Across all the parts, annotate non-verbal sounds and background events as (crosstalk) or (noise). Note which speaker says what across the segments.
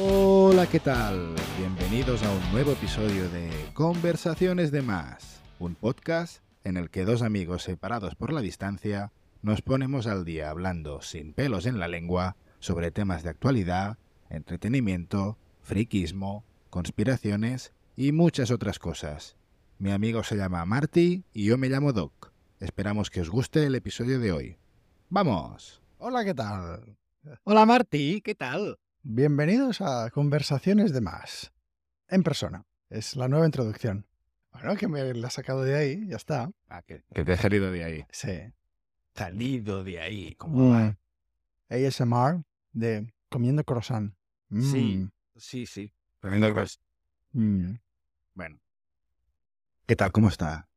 Speaker 1: Hola, ¿qué tal? Bienvenidos a un nuevo episodio de Conversaciones de Más, un podcast en el que dos amigos separados por la distancia nos ponemos al día hablando sin pelos en la lengua sobre temas de actualidad, entretenimiento, friquismo, conspiraciones y muchas otras cosas. Mi amigo se llama Marty y yo me llamo Doc. Esperamos que os guste el episodio de hoy. ¡Vamos!
Speaker 2: Hola, ¿qué tal? Hola, Martí, ¿qué tal? Bienvenidos a Conversaciones de Más. En persona. Es la nueva introducción. Bueno, que me la he sacado de ahí, ya está.
Speaker 1: Ah, que, que te he salido de ahí.
Speaker 2: Sí.
Speaker 3: salido de ahí. Como
Speaker 2: Mm. ASMR de comiendo croissant. Mm,
Speaker 3: Sí. Sí, sí.
Speaker 1: Tremendo croissant.
Speaker 2: mm.
Speaker 1: Bueno. ¿Qué tal? ¿Cómo está?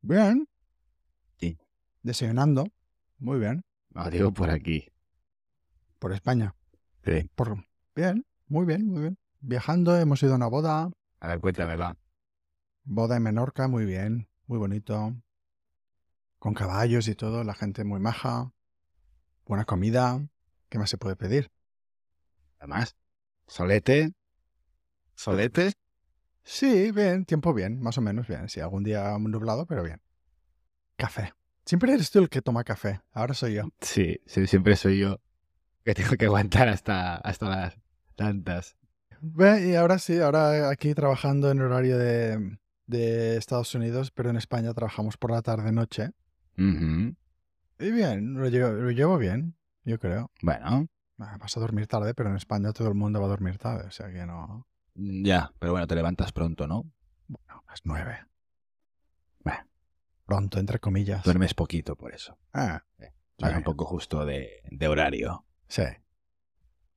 Speaker 2: Bien.
Speaker 1: Sí.
Speaker 2: Desayunando. Muy bien.
Speaker 1: Ah, digo por aquí.
Speaker 2: Por España.
Speaker 1: Sí.
Speaker 2: Por... Bien. Muy bien, muy bien. Viajando, hemos ido a una boda.
Speaker 1: A ver, cuéntame, va.
Speaker 2: Boda en Menorca, muy bien, muy bonito. Con caballos y todo, la gente muy maja. Buena comida. ¿Qué más se puede pedir?
Speaker 1: Además, solete. Solete.
Speaker 2: Sí, bien, tiempo bien, más o menos bien. Sí, algún día nublado, pero bien. Café. Siempre eres tú el que toma café. Ahora soy yo.
Speaker 1: Sí, sí, siempre soy yo que tengo que aguantar hasta, hasta las tantas.
Speaker 2: Ve, Y ahora sí, ahora aquí trabajando en horario de, de Estados Unidos, pero en España trabajamos por la tarde-noche. Y bien, lo llevo, lo llevo bien, yo creo.
Speaker 1: Bueno,
Speaker 2: Ah, Vas a dormir tarde, pero en España todo el mundo va a dormir tarde, o sea que no.
Speaker 1: Mm, ya, pero bueno, te levantas pronto, ¿no?
Speaker 2: Bueno, las nueve.
Speaker 1: Bueno.
Speaker 2: Pronto, entre comillas.
Speaker 1: Duermes poquito por eso.
Speaker 2: Ah,
Speaker 1: Para
Speaker 2: Sí.
Speaker 1: un poco justo de, de horario.
Speaker 2: sí.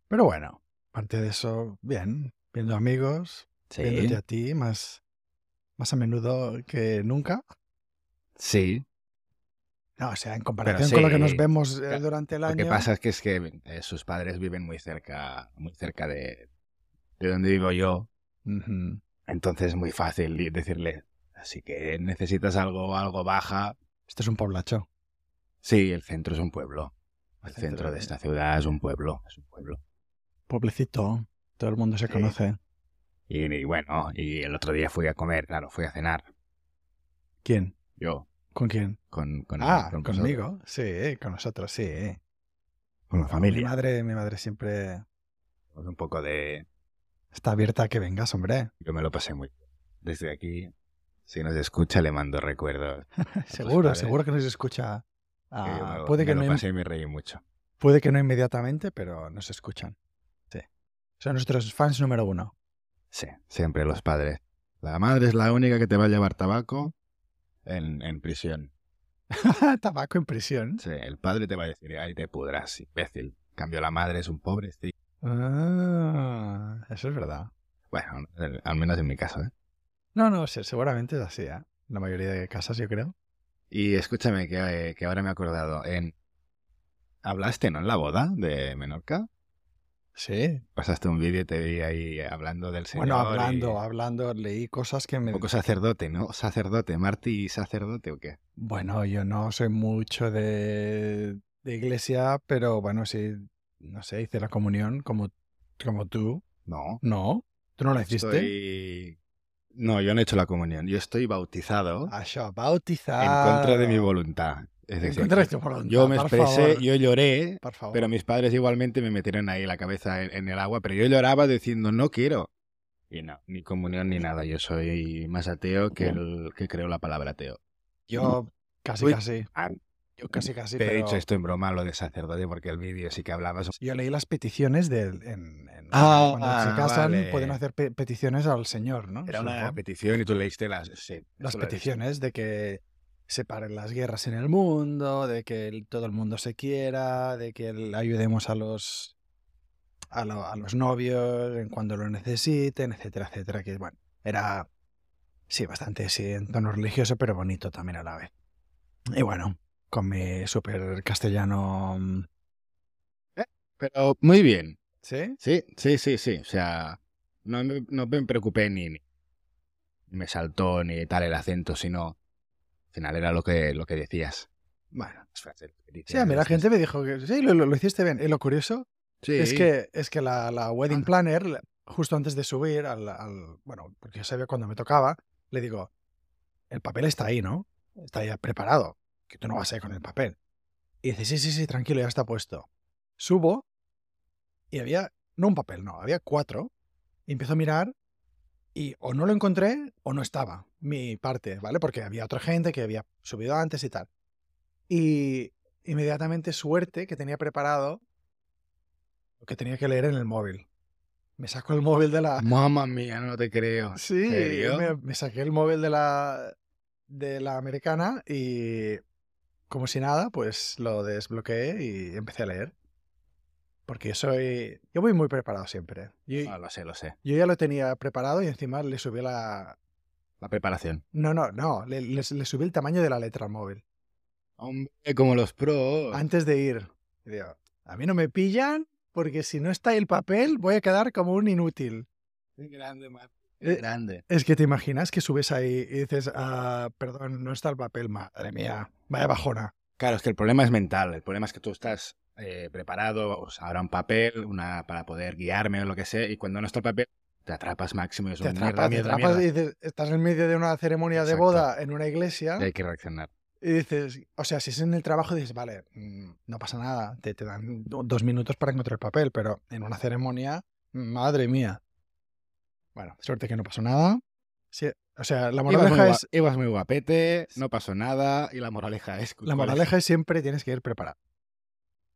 Speaker 2: Pero bueno, aparte de eso, bien. Viendo amigos, viéndote a ti más, más a menudo que nunca.
Speaker 1: Sí.
Speaker 2: No, o sea, en comparación
Speaker 1: sí.
Speaker 2: con lo que nos vemos eh,
Speaker 1: Claro,
Speaker 2: durante el
Speaker 1: Lo que
Speaker 2: año.
Speaker 1: pasa es que, es que eh, sus padres viven muy cerca, muy cerca de, de donde vivo yo.
Speaker 2: Ujú.
Speaker 1: Entonces es muy fácil y- decirle, así que necesitas algo, algo baja.
Speaker 2: Este es un poblacho.
Speaker 1: Sí, el centro es un pueblo. El
Speaker 2: Centro
Speaker 1: centro de
Speaker 2: de-
Speaker 1: esta ciudad es un pueblo, es un pueblo.
Speaker 2: Poblecito. Todo el mundo se
Speaker 1: Sí.
Speaker 2: conoce.
Speaker 1: Y, y bueno, y el otro día fui a comer, claro, fui a cenar.
Speaker 2: ¿Quién?
Speaker 1: Yo,
Speaker 2: ¿Con quién?
Speaker 1: con, con
Speaker 2: ah,
Speaker 1: con vosotros,
Speaker 2: conmigo. Sí, con nosotros, sí.
Speaker 1: Con la
Speaker 2: Mi
Speaker 1: familia.
Speaker 2: madre, mi madre siempre
Speaker 1: Un poco de...
Speaker 2: está abierta a que vengas, hombre.
Speaker 1: Yo me lo pasé muy bien. Desde aquí, si nos escucha, le mando
Speaker 2: (laughs)
Speaker 1: recuerdos.
Speaker 2: seguro,
Speaker 1: padres.
Speaker 2: seguro que nos escucha.
Speaker 1: Que yo
Speaker 2: Ah,
Speaker 1: me-
Speaker 2: puede,
Speaker 1: me
Speaker 2: que
Speaker 1: lo
Speaker 2: no, im-
Speaker 1: pasé y me reí mucho.
Speaker 2: puede que no inmediatamente, pero nos escuchan. Sí. Son nuestros fans número uno. (laughs)
Speaker 1: Sí, siempre los padres. La madre es la única que te va a llevar tabaco en, en prisión.
Speaker 2: ¡Ah, Tabaco en prisión.
Speaker 1: Sí, el padre te va a decir, ay, te pudras, imbécil. En cambio, la madre es un pobre, sí.
Speaker 2: Ah, eso es verdad.
Speaker 1: Bueno, el- al menos en mi caso, ¿eh?
Speaker 2: No, no, sé, seguramente es así, ¿eh? La mayoría de casas, yo creo.
Speaker 1: Y escúchame, que, eh, que ahora me he acordado. En... Hablaste, ¿no? En la boda de Menorca.
Speaker 2: Sí.
Speaker 1: Pasaste un vídeo y te vi ahí hablando del señor.
Speaker 2: bueno,
Speaker 1: y-
Speaker 2: hablando, hablando, leí cosas que me...
Speaker 1: Un poco sacerdote, ¿no? Sacerdote, Marty y sacerdote, ¿o qué?
Speaker 2: Bueno, yo no soy mucho de, de iglesia, pero bueno, sí, no sé, hice la comunión como, como tú.
Speaker 1: No.
Speaker 2: No, tú no la hiciste.
Speaker 1: Estoy- No, yo no he hecho la comunión. Yo estoy bautizado
Speaker 2: Això,
Speaker 1: en
Speaker 2: bautizado.
Speaker 1: contra de mi voluntad. Es
Speaker 2: Ah. En
Speaker 1: decir,
Speaker 2: contra de tu voluntad,
Speaker 1: yo me
Speaker 2: por
Speaker 1: expresé,
Speaker 2: favor,
Speaker 1: yo lloré,
Speaker 2: Por favor.
Speaker 1: Pero mis padres igualmente me metieron ahí la cabeza en, en el agua, pero yo lloraba diciendo no quiero. Y no, ni comunión ni nada. Yo soy más ateo que el que creo la palabra ateo.
Speaker 2: Yo casi,
Speaker 1: Uy.
Speaker 2: casi.
Speaker 1: Ah,
Speaker 2: Yo casi, casi.
Speaker 1: Te he
Speaker 2: pero
Speaker 1: dicho esto en broma, lo de sacerdote, porque el vídeo sí que hablabas.
Speaker 2: Yo leí las peticiones de. En, en-
Speaker 1: Ah,
Speaker 2: cuando se casan,
Speaker 1: vale.
Speaker 2: pueden hacer pe- peticiones al Señor, ¿no?
Speaker 1: Era
Speaker 2: Supongo.
Speaker 1: una petición y tú leíste las, sí,
Speaker 2: Las
Speaker 1: tú la leíste.
Speaker 2: peticiones de que se paren las guerras en el mundo, de que el- todo el mundo se quiera, de que el- ayudemos a los. A, lo- a los novios en cuando lo necesiten, etcétera, etcétera. Que bueno, era. Sí, bastante, sí, en tono religioso, pero bonito también a la vez. Y bueno, con mi súper castellano. mm,
Speaker 1: Pero muy bien.
Speaker 2: ¿Sí?
Speaker 1: Sí, sí, sí, sí. O sea, no me, no me preocupé ni, ni me saltó ni tal el acento, sino al final era lo que, lo que decías.
Speaker 2: Bueno.
Speaker 1: Las frases, lo que
Speaker 2: Sí, a mí la
Speaker 1: decías.
Speaker 2: gente me dijo que sí, lo, lo- lo hiciste bien. Y lo curioso
Speaker 1: Sí.
Speaker 2: es que, es que la, la wedding
Speaker 1: Ah.
Speaker 2: planner justo antes de subir al, al- bueno, porque yo sabía cuando me tocaba, le digo, el papel está ahí, ¿no? Está ya preparado, que tú no vas a ir con el papel. Y dice, sí, sí, sí, tranquilo, ya está puesto. Subo y había, no un papel, no, había cuatro. Y empiezo a mirar y o no lo encontré o no estaba mi parte, ¿vale? Porque había otra gente que había subido antes y tal. Y inmediatamente suerte que tenía preparado lo que tenía que leer en el móvil. Me saco el móvil de la,
Speaker 1: Mamma mía, no te creo.
Speaker 2: ah, Sí,
Speaker 1: serio?
Speaker 2: me, me saqué el móvil de la, de la americana y como si nada, pues lo desbloqueé y empecé a leer. Porque yo soy... Yo voy muy preparado siempre. Yo,
Speaker 1: Ah, lo sé, lo sé.
Speaker 2: yo ya lo tenía preparado y encima le subí la...
Speaker 1: La preparación.
Speaker 2: No, no, no. Le, le- le subí el tamaño de la letra al móvil.
Speaker 1: Hombre, como los pros.
Speaker 2: Antes de ir. Y digo, a mí no me pillan porque si no está el papel voy a quedar como un inútil.
Speaker 1: Grande, Mar.
Speaker 2: Eh,
Speaker 1: Grande.
Speaker 2: Es que te imaginas que subes ahí y dices, ah, perdón, no está el papel, madre mía, vaya bajona.
Speaker 1: Claro, es que el problema es mental. El problema es que tú estás eh, preparado, o sea, ahora un papel, una para poder guiarme o lo que sea, y cuando no está el papel, te atrapas máximo y es
Speaker 2: Te
Speaker 1: un mierda,
Speaker 2: atrapas, te
Speaker 1: mierda,
Speaker 2: atrapas
Speaker 1: mierda.
Speaker 2: y dices, estás en medio de una ceremonia de
Speaker 1: Exacto.
Speaker 2: boda en una iglesia
Speaker 1: Y hay que reaccionar.
Speaker 2: y dices, o sea, si es en el trabajo dices, vale, mm, no pasa nada, te, te dan do- dos minutos para encontrar el papel, pero en una ceremonia, madre mía. Bueno, suerte que no pasó nada. Sí, o sea, la
Speaker 1: Ibas muy,
Speaker 2: moraleja
Speaker 1: gua-
Speaker 2: es,
Speaker 1: ibas muy guapete, no pasó nada, y la moraleja es...
Speaker 2: la moraleja es siempre tienes que ir preparado.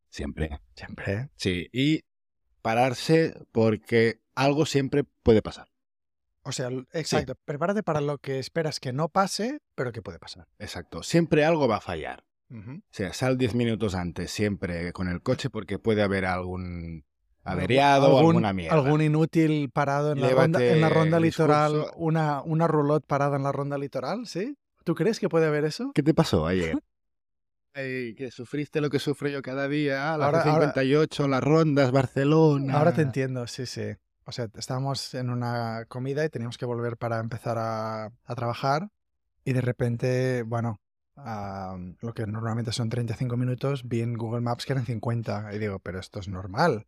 Speaker 1: Siempre.
Speaker 2: Siempre. ¿eh?
Speaker 1: Sí, y pararse porque algo siempre puede pasar.
Speaker 2: O sea, l- exacto, prepárate para lo que esperas que no pase, pero que puede pasar.
Speaker 1: Exacto. Siempre algo va a fallar.
Speaker 2: Ujú.
Speaker 1: O sea, sal 10 minutos antes siempre con el coche porque puede haber algún averiado o
Speaker 2: Algún-
Speaker 1: alguna mierda.
Speaker 2: Algún inútil parado en la
Speaker 1: Llévate
Speaker 2: ronda, en la ronda
Speaker 1: el
Speaker 2: litoral,
Speaker 1: discurso.
Speaker 2: una, una roulotte parada en la ronda litoral, ¿sí? ¿Tú crees que puede haber eso?
Speaker 1: ¿Qué te pasó
Speaker 2: (laughs)
Speaker 1: ayer? Ay, que sufriste lo que sufro yo cada día, la
Speaker 2: Ahora- ahora-
Speaker 1: 58, las rondas, Barcelona.
Speaker 2: Ahora te entiendo, sí, sí. O sea, estábamos en una comida y teníamos que volver para empezar a, a trabajar y de repente, bueno, ah, lo que normalmente son 35 minutos, vi en Google Maps que eran 50 y digo, pero esto es normal.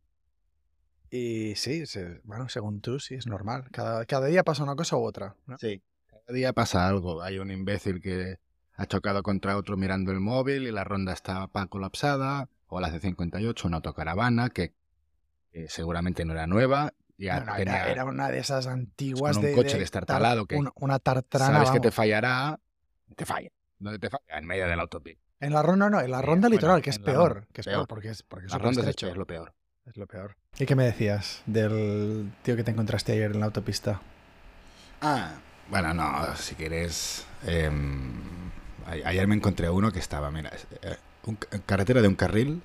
Speaker 2: Y sí, se- bueno, según tú, sí, es normal. Cada, cada día pasa una cosa u otra. ¿no?
Speaker 1: Sí, cada día pasa algo. Hay un imbécil que ha chocado contra otro mirando el móvil y la ronda está pa- colapsada. O la C58, una autocaravana que eh, seguramente no era nueva. Ya
Speaker 2: No, no,
Speaker 1: tenía-
Speaker 2: era, era una de esas antiguas
Speaker 1: Con un
Speaker 2: de,
Speaker 1: coche
Speaker 2: de
Speaker 1: destartalado que
Speaker 2: una, una tartrana.
Speaker 1: sabes que
Speaker 2: vamos.
Speaker 1: te fallará, te falla. ¿Dónde te falla? En medio de la autovía.
Speaker 2: En la ronda no, en la
Speaker 1: Sí,
Speaker 2: ronda
Speaker 1: bueno,
Speaker 2: litoral, que es
Speaker 1: en la
Speaker 2: peor,
Speaker 1: ronda,
Speaker 2: que es
Speaker 1: peor.
Speaker 2: peor porque es porque es
Speaker 1: La ronda
Speaker 2: superestrecho.
Speaker 1: es lo peor.
Speaker 2: Es lo peor. ¿Y qué me decías del tío que te encontraste ayer en la autopista?
Speaker 1: Ah, bueno, no, si quieres. em, a- ayer me encontré uno que estaba, mira, es- eh, un ca- carretera de un carril,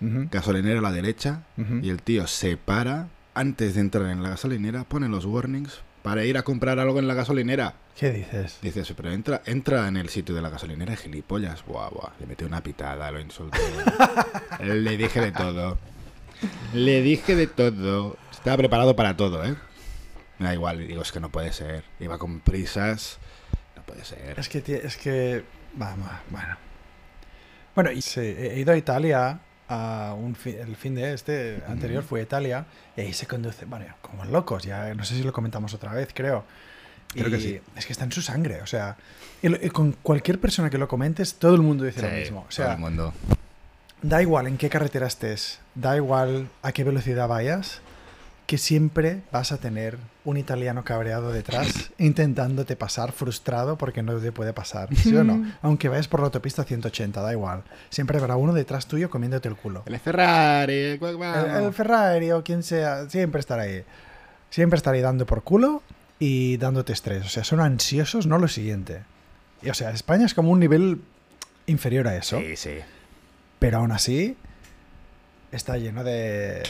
Speaker 2: Ujú,
Speaker 1: gasolinera a la derecha,
Speaker 2: ujú.
Speaker 1: y el tío se para antes de entrar en la gasolinera, pone los warnings para ir a comprar algo en la gasolinera.
Speaker 2: ¿Qué dices?
Speaker 1: Dice, "Sí, pero entra, entra en el sitio de la gasolinera, gilipollas. Buah, buah. Le metí una pitada, lo
Speaker 2: (laughs)
Speaker 1: insulté. Le dije de todo. Le dije de todo. Estaba preparado para todo, ¿eh? Me da igual, digo, es que no puede ser. Iba con prisas. No puede ser.
Speaker 2: Es que tie- es que vamos, bueno. Bueno, y sí, he he ido a Italia a un fi- el fin de este anterior
Speaker 1: Ujú.
Speaker 2: fue a Italia y ahí se conduce, bueno, como locos, ya no sé si lo comentamos otra vez, creo.
Speaker 1: Creo
Speaker 2: Y
Speaker 1: que sí.
Speaker 2: Es que está en su sangre, o sea, y lo- y con cualquier persona que lo comentes, todo el mundo dice lo
Speaker 1: Sí,
Speaker 2: mismo. O
Speaker 1: todo
Speaker 2: sea,
Speaker 1: el mundo.
Speaker 2: da igual en qué carretera estés, da igual a qué velocidad vayas, que siempre vas a tener un italiano cabreado (laughs) detrás intentándote pasar, frustrado porque no te puede pasar, ¿sí o no? Aunque vayas por la autopista 180, da igual. Siempre habrá uno detrás tuyo comiéndote el culo.
Speaker 1: El Ferrari, el, guac, guau.
Speaker 2: El, el Ferrari o quien sea, siempre estará ahí. Siempre estará ahí dando por culo y dándote estrés. O sea, son ansiosos, no lo siguiente. Y, o sea, España es como un nivel inferior a eso.
Speaker 1: Sí, sí.
Speaker 2: Pero aún así, está lleno de.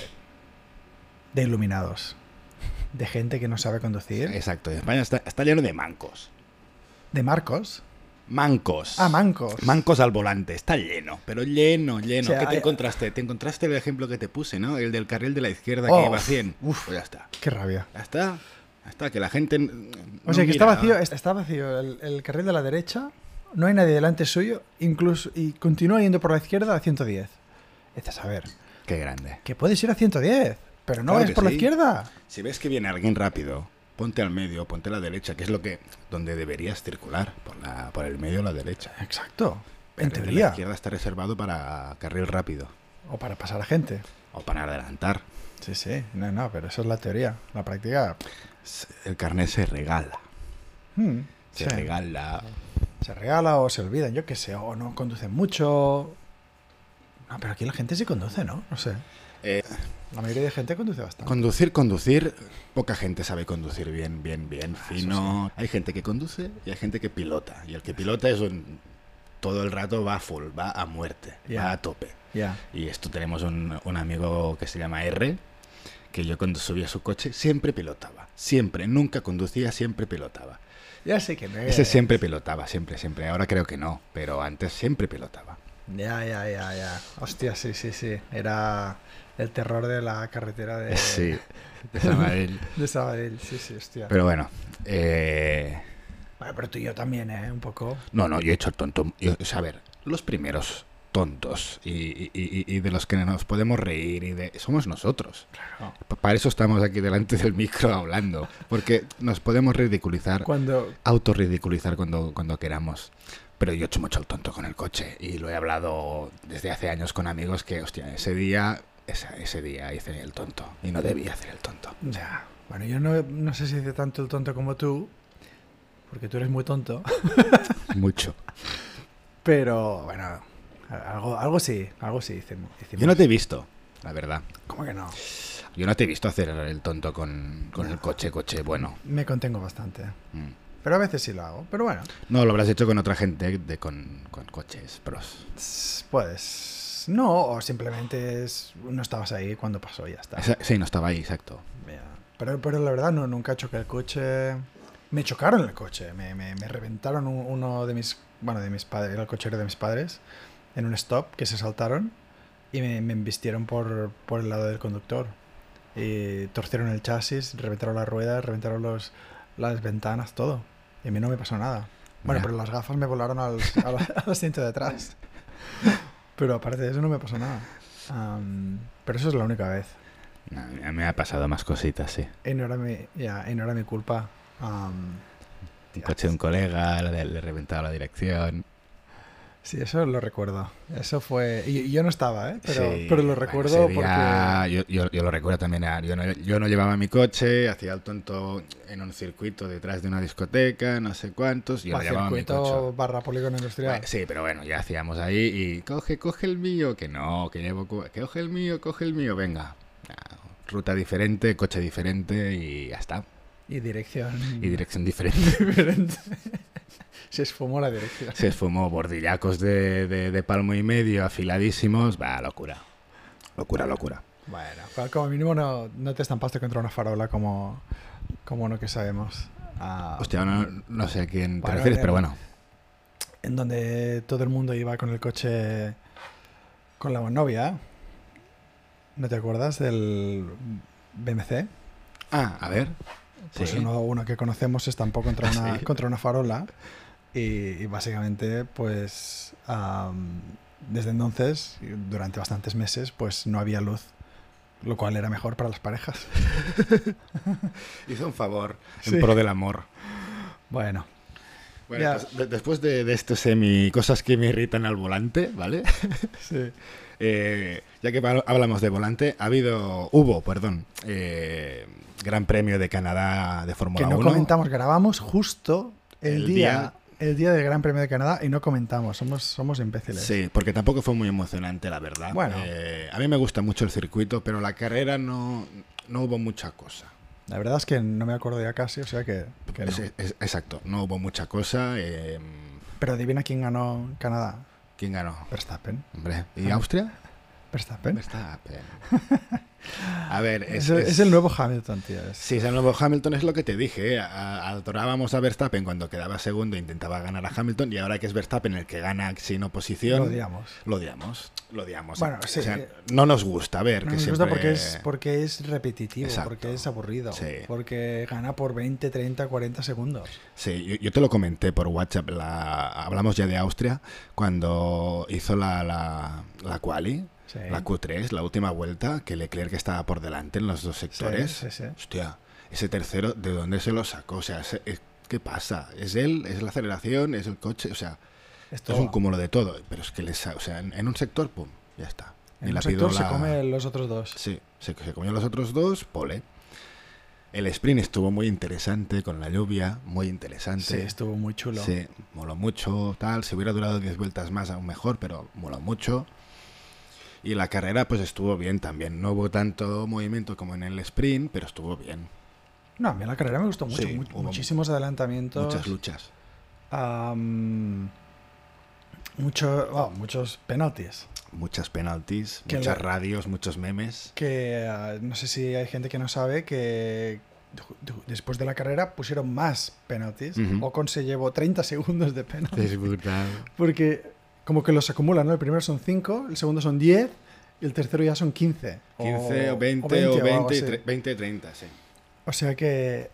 Speaker 2: de iluminados. De gente que no sabe conducir.
Speaker 1: Exacto. España está, está lleno de mancos.
Speaker 2: De Marcos.
Speaker 1: Mancos.
Speaker 2: Ah, Mancos.
Speaker 1: Mancos al volante, está lleno, pero lleno, lleno.
Speaker 2: O sea, eh,
Speaker 1: ¿Qué te
Speaker 2: hay-
Speaker 1: encontraste? Te encontraste el ejemplo que te puse, ¿no? El del carril de la izquierda
Speaker 2: Oh,
Speaker 1: que iba a 100. Uf, pues ya está.
Speaker 2: Qué rabia.
Speaker 1: Ya está. Ya está, que la gente. n-
Speaker 2: O
Speaker 1: no
Speaker 2: sea, que
Speaker 1: mira.
Speaker 2: está vacío, eh. est- está vacío el, el carril de la derecha. No hay nadie delante suyo. Incluso. Y continúa yendo por la izquierda Este, a 110. Dices, a ver,
Speaker 1: Qué grande.
Speaker 2: que puedes ir a 110. Pero no
Speaker 1: Claro
Speaker 2: es
Speaker 1: que
Speaker 2: por la
Speaker 1: sí.
Speaker 2: izquierda.
Speaker 1: Si ves que viene alguien rápido, ponte al medio, ponte a la derecha, que es lo que donde deberías circular, por la por el medio o la derecha.
Speaker 2: Exacto.
Speaker 1: Carril
Speaker 2: En
Speaker 1: de La
Speaker 2: teoría.
Speaker 1: izquierda está reservado para carril rápido
Speaker 2: O para pasar a gente.
Speaker 1: o para adelantar.
Speaker 2: Sí, sí. No, no, pero eso es la teoría. La práctica.
Speaker 1: El carnet se regala,
Speaker 2: hmm,
Speaker 1: se
Speaker 2: sí.
Speaker 1: regala.
Speaker 2: Se regala o se olvidan, yo qué sé, o no conducen mucho. No, pero aquí la gente sí conduce, ¿no? No sé.
Speaker 1: Eh,
Speaker 2: La mayoría de gente conduce bastante.
Speaker 1: Conducir, conducir, poca gente sabe conducir bien, bien, bien, fino. Hay gente que conduce y hay gente que pilota. Y el que pilota es un- todo el rato va full, va a muerte,
Speaker 2: Ya.
Speaker 1: va a tope.
Speaker 2: Ya.
Speaker 1: Y esto tenemos un, un amigo que se llama R, que yo cuando subía su coche siempre pilotaba. Siempre, nunca conducía, siempre pilotaba.
Speaker 2: Ya sé que me.
Speaker 1: Ese siempre pilotaba, siempre, siempre. Ahora creo que no, pero antes siempre pilotaba.
Speaker 2: Ya, ya, ya, ya. Hostia, sí, sí, sí. Era el terror de la carretera
Speaker 1: (laughs)
Speaker 2: de,
Speaker 1: Sí, de Sabadell.
Speaker 2: (laughs) de Sabadell. Sí, sí, hostia.
Speaker 1: Pero bueno, eh,
Speaker 2: Bueno, pero tú y yo también, ¿eh? Un poco.
Speaker 1: No, no, yo he hecho el tonto. Yo- o sea, a ver, los primeros tontos y, y- y- y de los que nos podemos reír y de, somos nosotros.
Speaker 2: Claro.
Speaker 1: Pa- Para eso estamos aquí delante del micro hablando, porque nos podemos ridiculizar,
Speaker 2: Cuando.
Speaker 1: autorridiculizar cuando, cuando queramos. Pero yo he hecho mucho el tonto con el coche y lo he hablado desde hace años con amigos que, hostia, ese día, esa- ese día hice el tonto y no debía hacer el tonto.
Speaker 2: Ya. Bueno, yo no, no sé si hice tanto el tonto como tú, porque tú eres muy tonto. (laughs)
Speaker 1: Mucho.
Speaker 2: Pero bueno, algo, algo sí, algo sí hicimos.
Speaker 1: Yo no te he visto, la verdad.
Speaker 2: ¿Cómo que no?
Speaker 1: Yo no te he visto hacer el tonto con, con el coche, coche bueno.
Speaker 2: Me contengo bastante.
Speaker 1: Mm.
Speaker 2: Pero a veces sí lo hago. Pero bueno,
Speaker 1: No, lo habrás hecho con otra gente, de, con, con coches pros.
Speaker 2: s- pues no, o simplemente es, no estabas ahí cuando pasó y ya está.
Speaker 1: Esa- sí, no estaba ahí, exacto.
Speaker 2: Ya. Pero, pero la verdad, no, nunca choqué el coche. Me chocaron el coche, me, me- me reventaron un- uno de mis, bueno, de mis padres, era el cochero de mis padres, en un stop que se saltaron y me, me embistieron por, por el lado del conductor. Y torcieron el chasis, reventaron las ruedas, reventaron los, las ventanas, todo. Y a mí no me pasó nada. Bueno,
Speaker 1: Mira.
Speaker 2: pero las gafas me volaron
Speaker 1: (laughs)
Speaker 2: al, al- al asiento de atrás. Pero aparte de eso no me pasó nada. Am, pero eso es la única vez.
Speaker 1: No, a mí me ha pasado más cositas, sí.
Speaker 2: Y no era mi, ya, y no era mi culpa. Am,
Speaker 1: Un coche de un colega, le, le he reventado la dirección.
Speaker 2: sí, eso lo recuerdo. Eso fue. Y, y yo no estaba, ¿eh? Pero,
Speaker 1: Sí,
Speaker 2: pero lo
Speaker 1: bueno,
Speaker 2: recuerdo
Speaker 1: ese
Speaker 2: porque.
Speaker 1: día Yo, yo- yo lo recuerdo también. a- Yo no, yo no llevaba mi coche, hacía el tonto en un circuito detrás de una discoteca, no sé cuántos. Yo
Speaker 2: va,
Speaker 1: no llevaba mi
Speaker 2: circuito
Speaker 1: coche.
Speaker 2: barra polígono industrial.
Speaker 1: Bueno, sí, pero bueno, ya hacíamos ahí y coge, coge el mío, que no, que llevo, cu- que coge el mío, coge el mío, venga. Ah, Ruta diferente, coche diferente y ya está.
Speaker 2: y dirección.
Speaker 1: y dirección diferente. (laughs)
Speaker 2: diferente. (laughs) Se esfumó la dirección.
Speaker 1: Se esfumó bordillacos de, de- de palmo y medio, afiladísimos. Va, locura. Locura, locura.
Speaker 2: Bueno, pero como mínimo no, no te estampaste contra una farola como, como no que sabemos. Ah,
Speaker 1: Hostia, no, no sé a quién te
Speaker 2: Bueno,
Speaker 1: refieres,
Speaker 2: eh,
Speaker 1: pero bueno.
Speaker 2: En donde todo el mundo iba con el coche con la novia. ¿No te acuerdas del BMC?
Speaker 1: Ah, a ver.
Speaker 2: Pues
Speaker 1: Sí.
Speaker 2: uno, uno que conocemos estampó contra
Speaker 1: (laughs)
Speaker 2: una,
Speaker 1: Sí.
Speaker 2: contra una farola y, y básicamente pues am, desde entonces, y durante bastantes meses, pues no había luz, lo cual era mejor para las parejas. (laughs)
Speaker 1: Hizo un favor
Speaker 2: Sí.
Speaker 1: en pro del amor.
Speaker 2: Bueno,
Speaker 1: Bueno,
Speaker 2: Ya.
Speaker 1: pues, de- después de, de esto semi cosas que me irritan al volante, ¿vale?
Speaker 2: sí.
Speaker 1: Eh, ya que pa- hablamos de volante, ha habido, hubo, perdón, eh, Gran Premio de Canadá de
Speaker 2: que
Speaker 1: Fórmula
Speaker 2: no
Speaker 1: 1.
Speaker 2: comentamos, grabamos justo el,
Speaker 1: El
Speaker 2: día,
Speaker 1: día-
Speaker 2: el día del Gran Premio de Canadá y no comentamos, somos, somos imbéciles.
Speaker 1: Sí, porque tampoco fue muy emocionante, la verdad.
Speaker 2: Bueno.
Speaker 1: Eh, a mí me gusta mucho el circuito, pero la carrera no, no hubo mucha cosa.
Speaker 2: La verdad es que no me acuerdo ya casi, o sea que, que no.
Speaker 1: Es- es- exacto, no hubo mucha cosa. eh,
Speaker 2: Pero adivina quién ganó en Canadá.
Speaker 1: ¿Quién ganó?
Speaker 2: Verstappen.
Speaker 1: Hombre, ¿Y
Speaker 2: Ah.
Speaker 1: Austria?
Speaker 2: Verstappen.
Speaker 1: Verstappen. (laughs) A ver,
Speaker 2: Es, el- es el nuevo Hamilton, tío. es-
Speaker 1: Sí, es el nuevo Hamilton, es lo que te dije. eh, a- Adorábamos a Verstappen cuando quedaba segundo e intentaba ganar a Hamilton, y ahora que es Verstappen el que gana sin oposición.
Speaker 2: Lo odiamos.
Speaker 1: Lo odiamos. Lo odiamos. ¿eh?
Speaker 2: Bueno, sí.
Speaker 1: O sea, no nos gusta a ver
Speaker 2: No
Speaker 1: que
Speaker 2: nos gusta
Speaker 1: siempre-
Speaker 2: porque es, porque es repetitivo,
Speaker 1: Exacto.
Speaker 2: porque es aburrido,
Speaker 1: Sí.
Speaker 2: porque gana por 20, 30, 40 segundos.
Speaker 1: Sí, yo, yo te lo comenté por WhatsApp, la, hablamos ya de Austria, cuando hizo la, la, la quali,
Speaker 2: Sí.
Speaker 1: La Q3, la última vuelta, que Leclerc estaba por delante en los dos
Speaker 2: Sí,
Speaker 1: sectores.
Speaker 2: sí, sí.
Speaker 1: Hostia, ese tercero, ¿de dónde se lo sacó? O sea, es- es- ¿qué pasa? ¿Es él? ¿Es la aceleración? ¿Es el coche? O sea, esto
Speaker 2: Esto
Speaker 1: es un cúmulo de todo. Pero es que les, ha- o sea, en, en un sector, pum, ya está.
Speaker 2: en
Speaker 1: Ni
Speaker 2: un
Speaker 1: la
Speaker 2: sector
Speaker 1: pidola-
Speaker 2: se come los otros dos.
Speaker 1: Sí, se, se comió los otros dos, pole. El sprint estuvo muy interesante con la lluvia, muy interesante.
Speaker 2: Sí, estuvo muy chulo.
Speaker 1: Sí, moló mucho, tal. Si hubiera durado 10 vueltas más, aún mejor, pero moló mucho. Y la carrera, pues estuvo bien también. No hubo tanto movimiento como en el sprint, pero estuvo bien.
Speaker 2: No, a mí la carrera me gustó mucho.
Speaker 1: Sí,
Speaker 2: mu-
Speaker 1: hubo
Speaker 2: muchísimos adelantamientos.
Speaker 1: Muchas luchas.
Speaker 2: am, mucho- bueno, muchos penaltis.
Speaker 1: Muchas penaltis,
Speaker 2: Que
Speaker 1: muchas
Speaker 2: la-
Speaker 1: radios, muchos memes.
Speaker 2: Que ah, no sé si hay gente que no sabe que ju- ju- después de la carrera pusieron más penaltis.
Speaker 1: Ujú.
Speaker 2: Ocon se llevó 30 segundos de penaltis.
Speaker 1: Es brutal.
Speaker 2: Porque como que los acumulan, ¿no? El primero son 5, el segundo son 10 y el tercero ya son 15.
Speaker 1: 15 o 20 o
Speaker 2: algo
Speaker 1: 20 y
Speaker 2: así.
Speaker 1: tre- 20 y 30, sí.
Speaker 2: O sea que.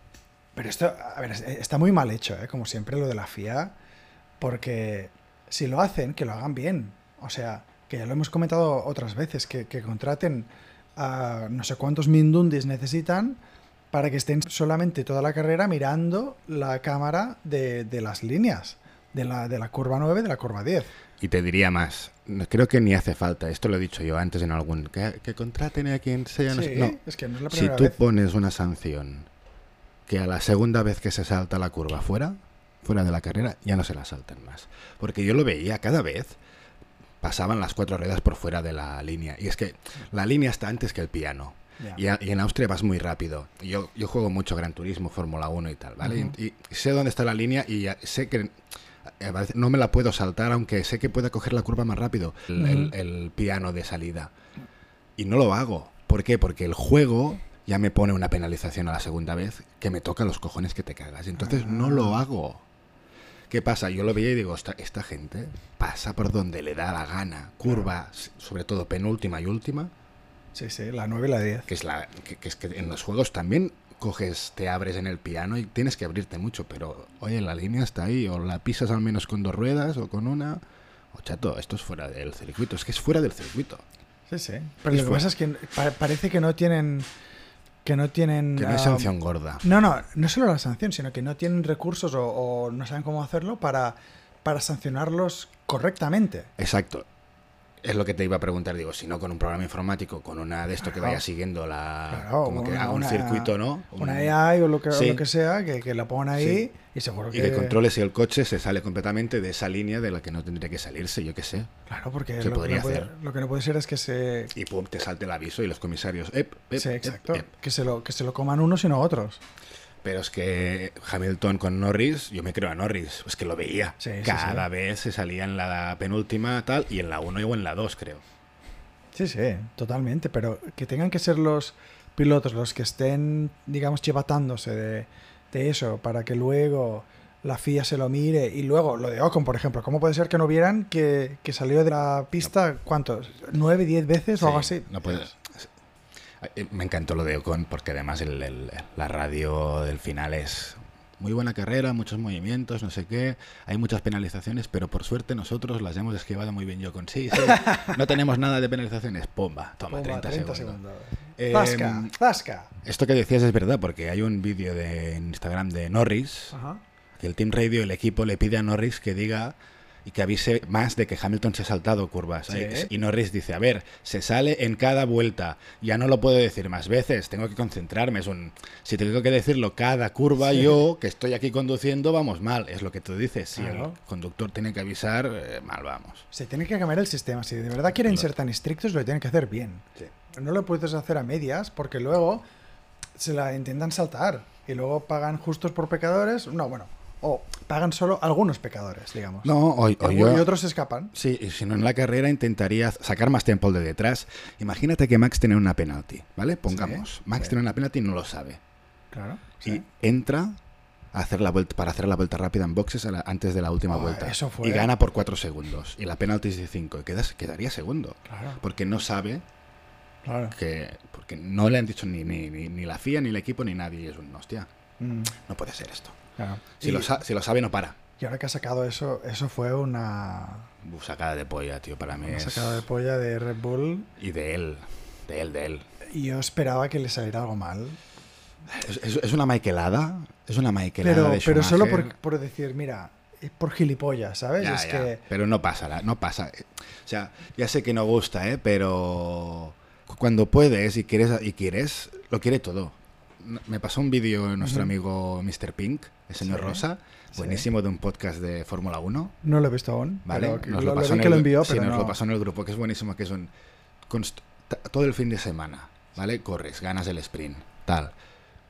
Speaker 2: Pero esto, a ver, es- está muy mal hecho, ¿eh? como siempre, lo de la FIA. Porque si lo hacen, que lo hagan bien. O sea, que ya lo hemos comentado otras veces, que, que contraten a no sé cuántos mindundis necesitan para que estén solamente toda la carrera mirando la cámara de, de las líneas, de la, de la curva 9, de la curva 10.
Speaker 1: Y te diría más, no- creo que ni hace falta, esto lo he dicho yo antes en algún, que, que contraten a quien sea, no, sé-
Speaker 2: Sí,
Speaker 1: no.
Speaker 2: es que no es la
Speaker 1: Si
Speaker 2: primera
Speaker 1: tú
Speaker 2: vez.
Speaker 1: pones una sanción que a la segunda vez que se salta la curva fuera, fuera de la carrera, ya no se la saltan más. Porque yo lo veía cada vez, pasaban las cuatro ruedas por fuera de la línea. Y es que la línea está antes que el piano.
Speaker 2: Ya.
Speaker 1: Y, a- y en Austria vas muy rápido. Y Yo, yo juego mucho Gran Turismo, Fórmula 1 y tal, ¿vale?
Speaker 2: Ujú.
Speaker 1: y, y sé dónde está la línea y ya sé que a veces no me la puedo saltar, aunque sé que pueda coger la curva más rápido, el, el-
Speaker 2: Ujú.
Speaker 1: el piano de salida. Y no lo hago. ¿Por qué? Porque el juego ya me pone una penalización a la segunda vez que me toca los cojones que te cagas. Entonces no lo
Speaker 2: Ah.
Speaker 1: hago. ¿Qué pasa? Yo lo veía y digo, esta, esta gente pasa por donde le da la gana. Curva, s- sobre todo penúltima y última,
Speaker 2: Sí, sí, la 9 y la 10.
Speaker 1: que es, la, que, que es que en los juegos también coges, te abres en el piano y tienes que abrirte mucho, pero oye, la línea está ahí, o la pisas al menos con dos ruedas o con una. O chato, esto es fuera del circuito, es que es fuera del circuito.
Speaker 2: Sí, sí. Pero lo que
Speaker 1: fue-
Speaker 2: pasa es que pa- parece que no tienen. Que no tienen.
Speaker 1: Que no hay
Speaker 2: ah,
Speaker 1: sanción gorda.
Speaker 2: No, no, no solo la sanción, sino que no tienen recursos o, o no saben cómo hacerlo para, para sancionarlos correctamente.
Speaker 1: Exacto. Es lo que te iba a preguntar, digo, si no con un programa informático, con una de esto que
Speaker 2: Claro.
Speaker 1: vaya siguiendo la.
Speaker 2: Claro,
Speaker 1: como que
Speaker 2: una-
Speaker 1: haga un
Speaker 2: una-
Speaker 1: circuito, ¿no?
Speaker 2: Una
Speaker 1: Un-
Speaker 2: AI o lo que, o
Speaker 1: Sí.
Speaker 2: lo que sea, que, que la pongan ahí
Speaker 1: Sí.
Speaker 2: y seguro que.
Speaker 1: Y que controle si el coche se sale completamente de esa línea de la que no tendría que salirse, yo qué sé.
Speaker 2: Claro, porque
Speaker 1: se
Speaker 2: lo, que
Speaker 1: podría
Speaker 2: no puede,
Speaker 1: hacer.
Speaker 2: lo que no puede ser es que se.
Speaker 1: Y pum, te salte el aviso y los comisarios. Ep, ep,
Speaker 2: sí,
Speaker 1: ep,
Speaker 2: exacto.
Speaker 1: ep.
Speaker 2: Que se, lo, que se lo coman unos y no otros.
Speaker 1: Pero es que Hamilton con Norris, yo me creo a Norris, es que lo veía.
Speaker 2: Sí, sí,
Speaker 1: Cada
Speaker 2: sí.
Speaker 1: vez se salía en la penúltima tal y en la 1 o en la 2, creo.
Speaker 2: Sí, sí, totalmente. Pero que tengan que ser los pilotos los que estén, digamos, chivatándose de, de eso para que luego la FIA se lo mire. Y luego lo de Ocon, por ejemplo. ¿Cómo puede ser que no vieran que, que salió de la pista, ¿cuántos? ¿Nueve, diez veces o algo
Speaker 1: Sí,
Speaker 2: así?
Speaker 1: No puedes. Eh, Me encantó lo de Ocon porque además el- el- la radio del final es muy buena carrera, muchos movimientos, no sé qué. Hay muchas penalizaciones, pero por suerte nosotros las hemos esquivado muy bien yo con sí.
Speaker 2: (laughs)
Speaker 1: sí, no tenemos nada de penalizaciones. Pomba, toma,
Speaker 2: Toma,
Speaker 1: 30, segundos. Eh,
Speaker 2: Zasca, zasca.
Speaker 1: Esto que decías es verdad porque hay un vídeo de en Instagram de Norris
Speaker 2: Ajá.
Speaker 1: que el Team Radio, el equipo, le pide a Norris que diga y que avise más de que Hamilton se ha saltado curvas.
Speaker 2: Sí.
Speaker 1: Eh, Y Norris dice, a ver, se sale en cada vuelta, ya no lo puedo decir más veces, tengo que concentrarme, es un... Si tengo que decirlo cada curva,
Speaker 2: Sí.
Speaker 1: yo, que estoy aquí conduciendo, vamos mal, es lo que tú dices. Si
Speaker 2: Claro.
Speaker 1: el conductor tiene que avisar, eh, mal vamos.
Speaker 2: Se tiene que cambiar el sistema. Si de verdad quieren
Speaker 1: Claro.
Speaker 2: ser tan estrictos, lo tienen que hacer bien. No lo puedes hacer a medias porque luego se la intentan saltar y luego pagan justos por pecadores. No, bueno, o pagan solo algunos pecadores, digamos.
Speaker 1: No, o, o
Speaker 2: y,
Speaker 1: yo-
Speaker 2: y otros se escapan.
Speaker 1: Sí, y si no en la carrera intentaría sacar más tiempo al de detrás. Imagínate que Max tiene una penalti, ¿vale? Pongamos, Max
Speaker 2: sí.
Speaker 1: tiene una penalti y no lo sabe.
Speaker 2: Claro.
Speaker 1: y entra a hacer la vuelta, para hacer la vuelta rápida en boxes a la- antes de la última
Speaker 2: Oh,
Speaker 1: vuelta.
Speaker 2: eso fue-
Speaker 1: Y gana por 4 segundos. Y la penalti es de 5. Y quedas, quedaría segundo.
Speaker 2: Claro,
Speaker 1: Porque no sabe
Speaker 2: claro.
Speaker 1: que. Porque no le han dicho ni, ni, ni, ni la FIA, ni el equipo, ni nadie. Y es un hostia.
Speaker 2: Mm,
Speaker 1: No puede ser esto.
Speaker 2: claro.
Speaker 1: Si,
Speaker 2: Y-
Speaker 1: lo, sa- si lo sabe, no para.
Speaker 2: Y ahora que ha sacado eso, eso fue una,
Speaker 1: Uf, sacada de polla, tío, para mí
Speaker 2: una
Speaker 1: es...
Speaker 2: sacada de polla de Red Bull.
Speaker 1: Y de él, de él, de él.
Speaker 2: Y yo esperaba que le saliera algo mal.
Speaker 1: Es, es- es una maiquelada, es una maiquelada
Speaker 2: Pero,
Speaker 1: de
Speaker 2: pero solo
Speaker 1: Schumacher.
Speaker 2: por, por decir, mira, es por gilipollas, ¿sabes?
Speaker 1: Ya,
Speaker 2: es
Speaker 1: ya,
Speaker 2: que.
Speaker 1: Pero no pasa, la- no pasa. eh, O sea, ya sé que no gusta, ¿eh? pero cu- cuando puedes y quieres, y quieres lo quiere todo. N- Me pasó un vídeo de nuestro
Speaker 2: Ujú.
Speaker 1: amigo Mr. Pink, el señor
Speaker 2: Sí,
Speaker 1: Rosa,
Speaker 2: sí.
Speaker 1: buenísimo de un podcast de Fórmula 1.
Speaker 2: No lo he visto aún.
Speaker 1: ¿vale?
Speaker 2: pero que-
Speaker 1: Nos
Speaker 2: lo, lo
Speaker 1: pasó
Speaker 2: vi
Speaker 1: en
Speaker 2: que
Speaker 1: el-
Speaker 2: lo envió,
Speaker 1: sí,
Speaker 2: pero
Speaker 1: nos
Speaker 2: no.
Speaker 1: lo pasó en el grupo, que es buenísimo, que es un... const- ta- todo el fin de semana, ¿vale? Corres, ganas el sprint, tal.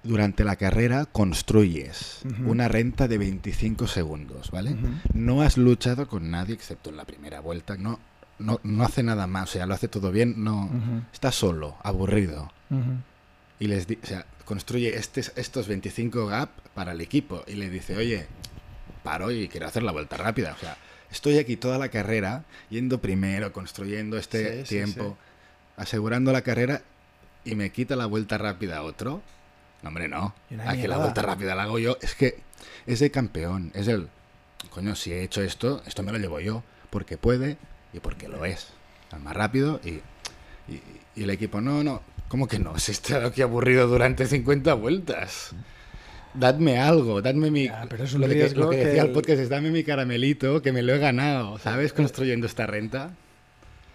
Speaker 1: Durante la carrera construyes
Speaker 2: Ujú.
Speaker 1: una renta de 25 segundos, ¿vale?
Speaker 2: Ujú.
Speaker 1: No has luchado con nadie excepto en la primera vuelta, no, no, no hace nada más, o sea, lo hace todo bien, no...
Speaker 2: Ujú,
Speaker 1: Está solo, aburrido.
Speaker 2: ujú.
Speaker 1: Y les di- o sea, construye estes- estos 25 gap para el equipo y le dice, oye, paro y quiero hacer la vuelta rápida. O sea, estoy aquí toda la carrera yendo primero, construyendo este
Speaker 2: Sí, sí,
Speaker 1: tiempo, asegurando la carrera y me quita la vuelta rápida otro. No, hombre, no.
Speaker 2: Y una
Speaker 1: Aquí la
Speaker 2: mierda.
Speaker 1: vuelta rápida la hago yo. Es que es el campeón, es el, coño, si he hecho esto, esto me lo llevo yo, porque puede y porque lo es. Al más rápido y y, y el equipo, no, no, ¿cómo que no? Si he estado aquí aburrido durante 50 vueltas. Dadme algo, dadme mi.
Speaker 2: Ya, pero es un
Speaker 1: lo, que,
Speaker 2: riesgo
Speaker 1: lo que
Speaker 2: que
Speaker 1: decía el
Speaker 2: el-
Speaker 1: podcast es dame mi caramelito, que me lo he ganado, ¿sabes? Construyendo esta renta.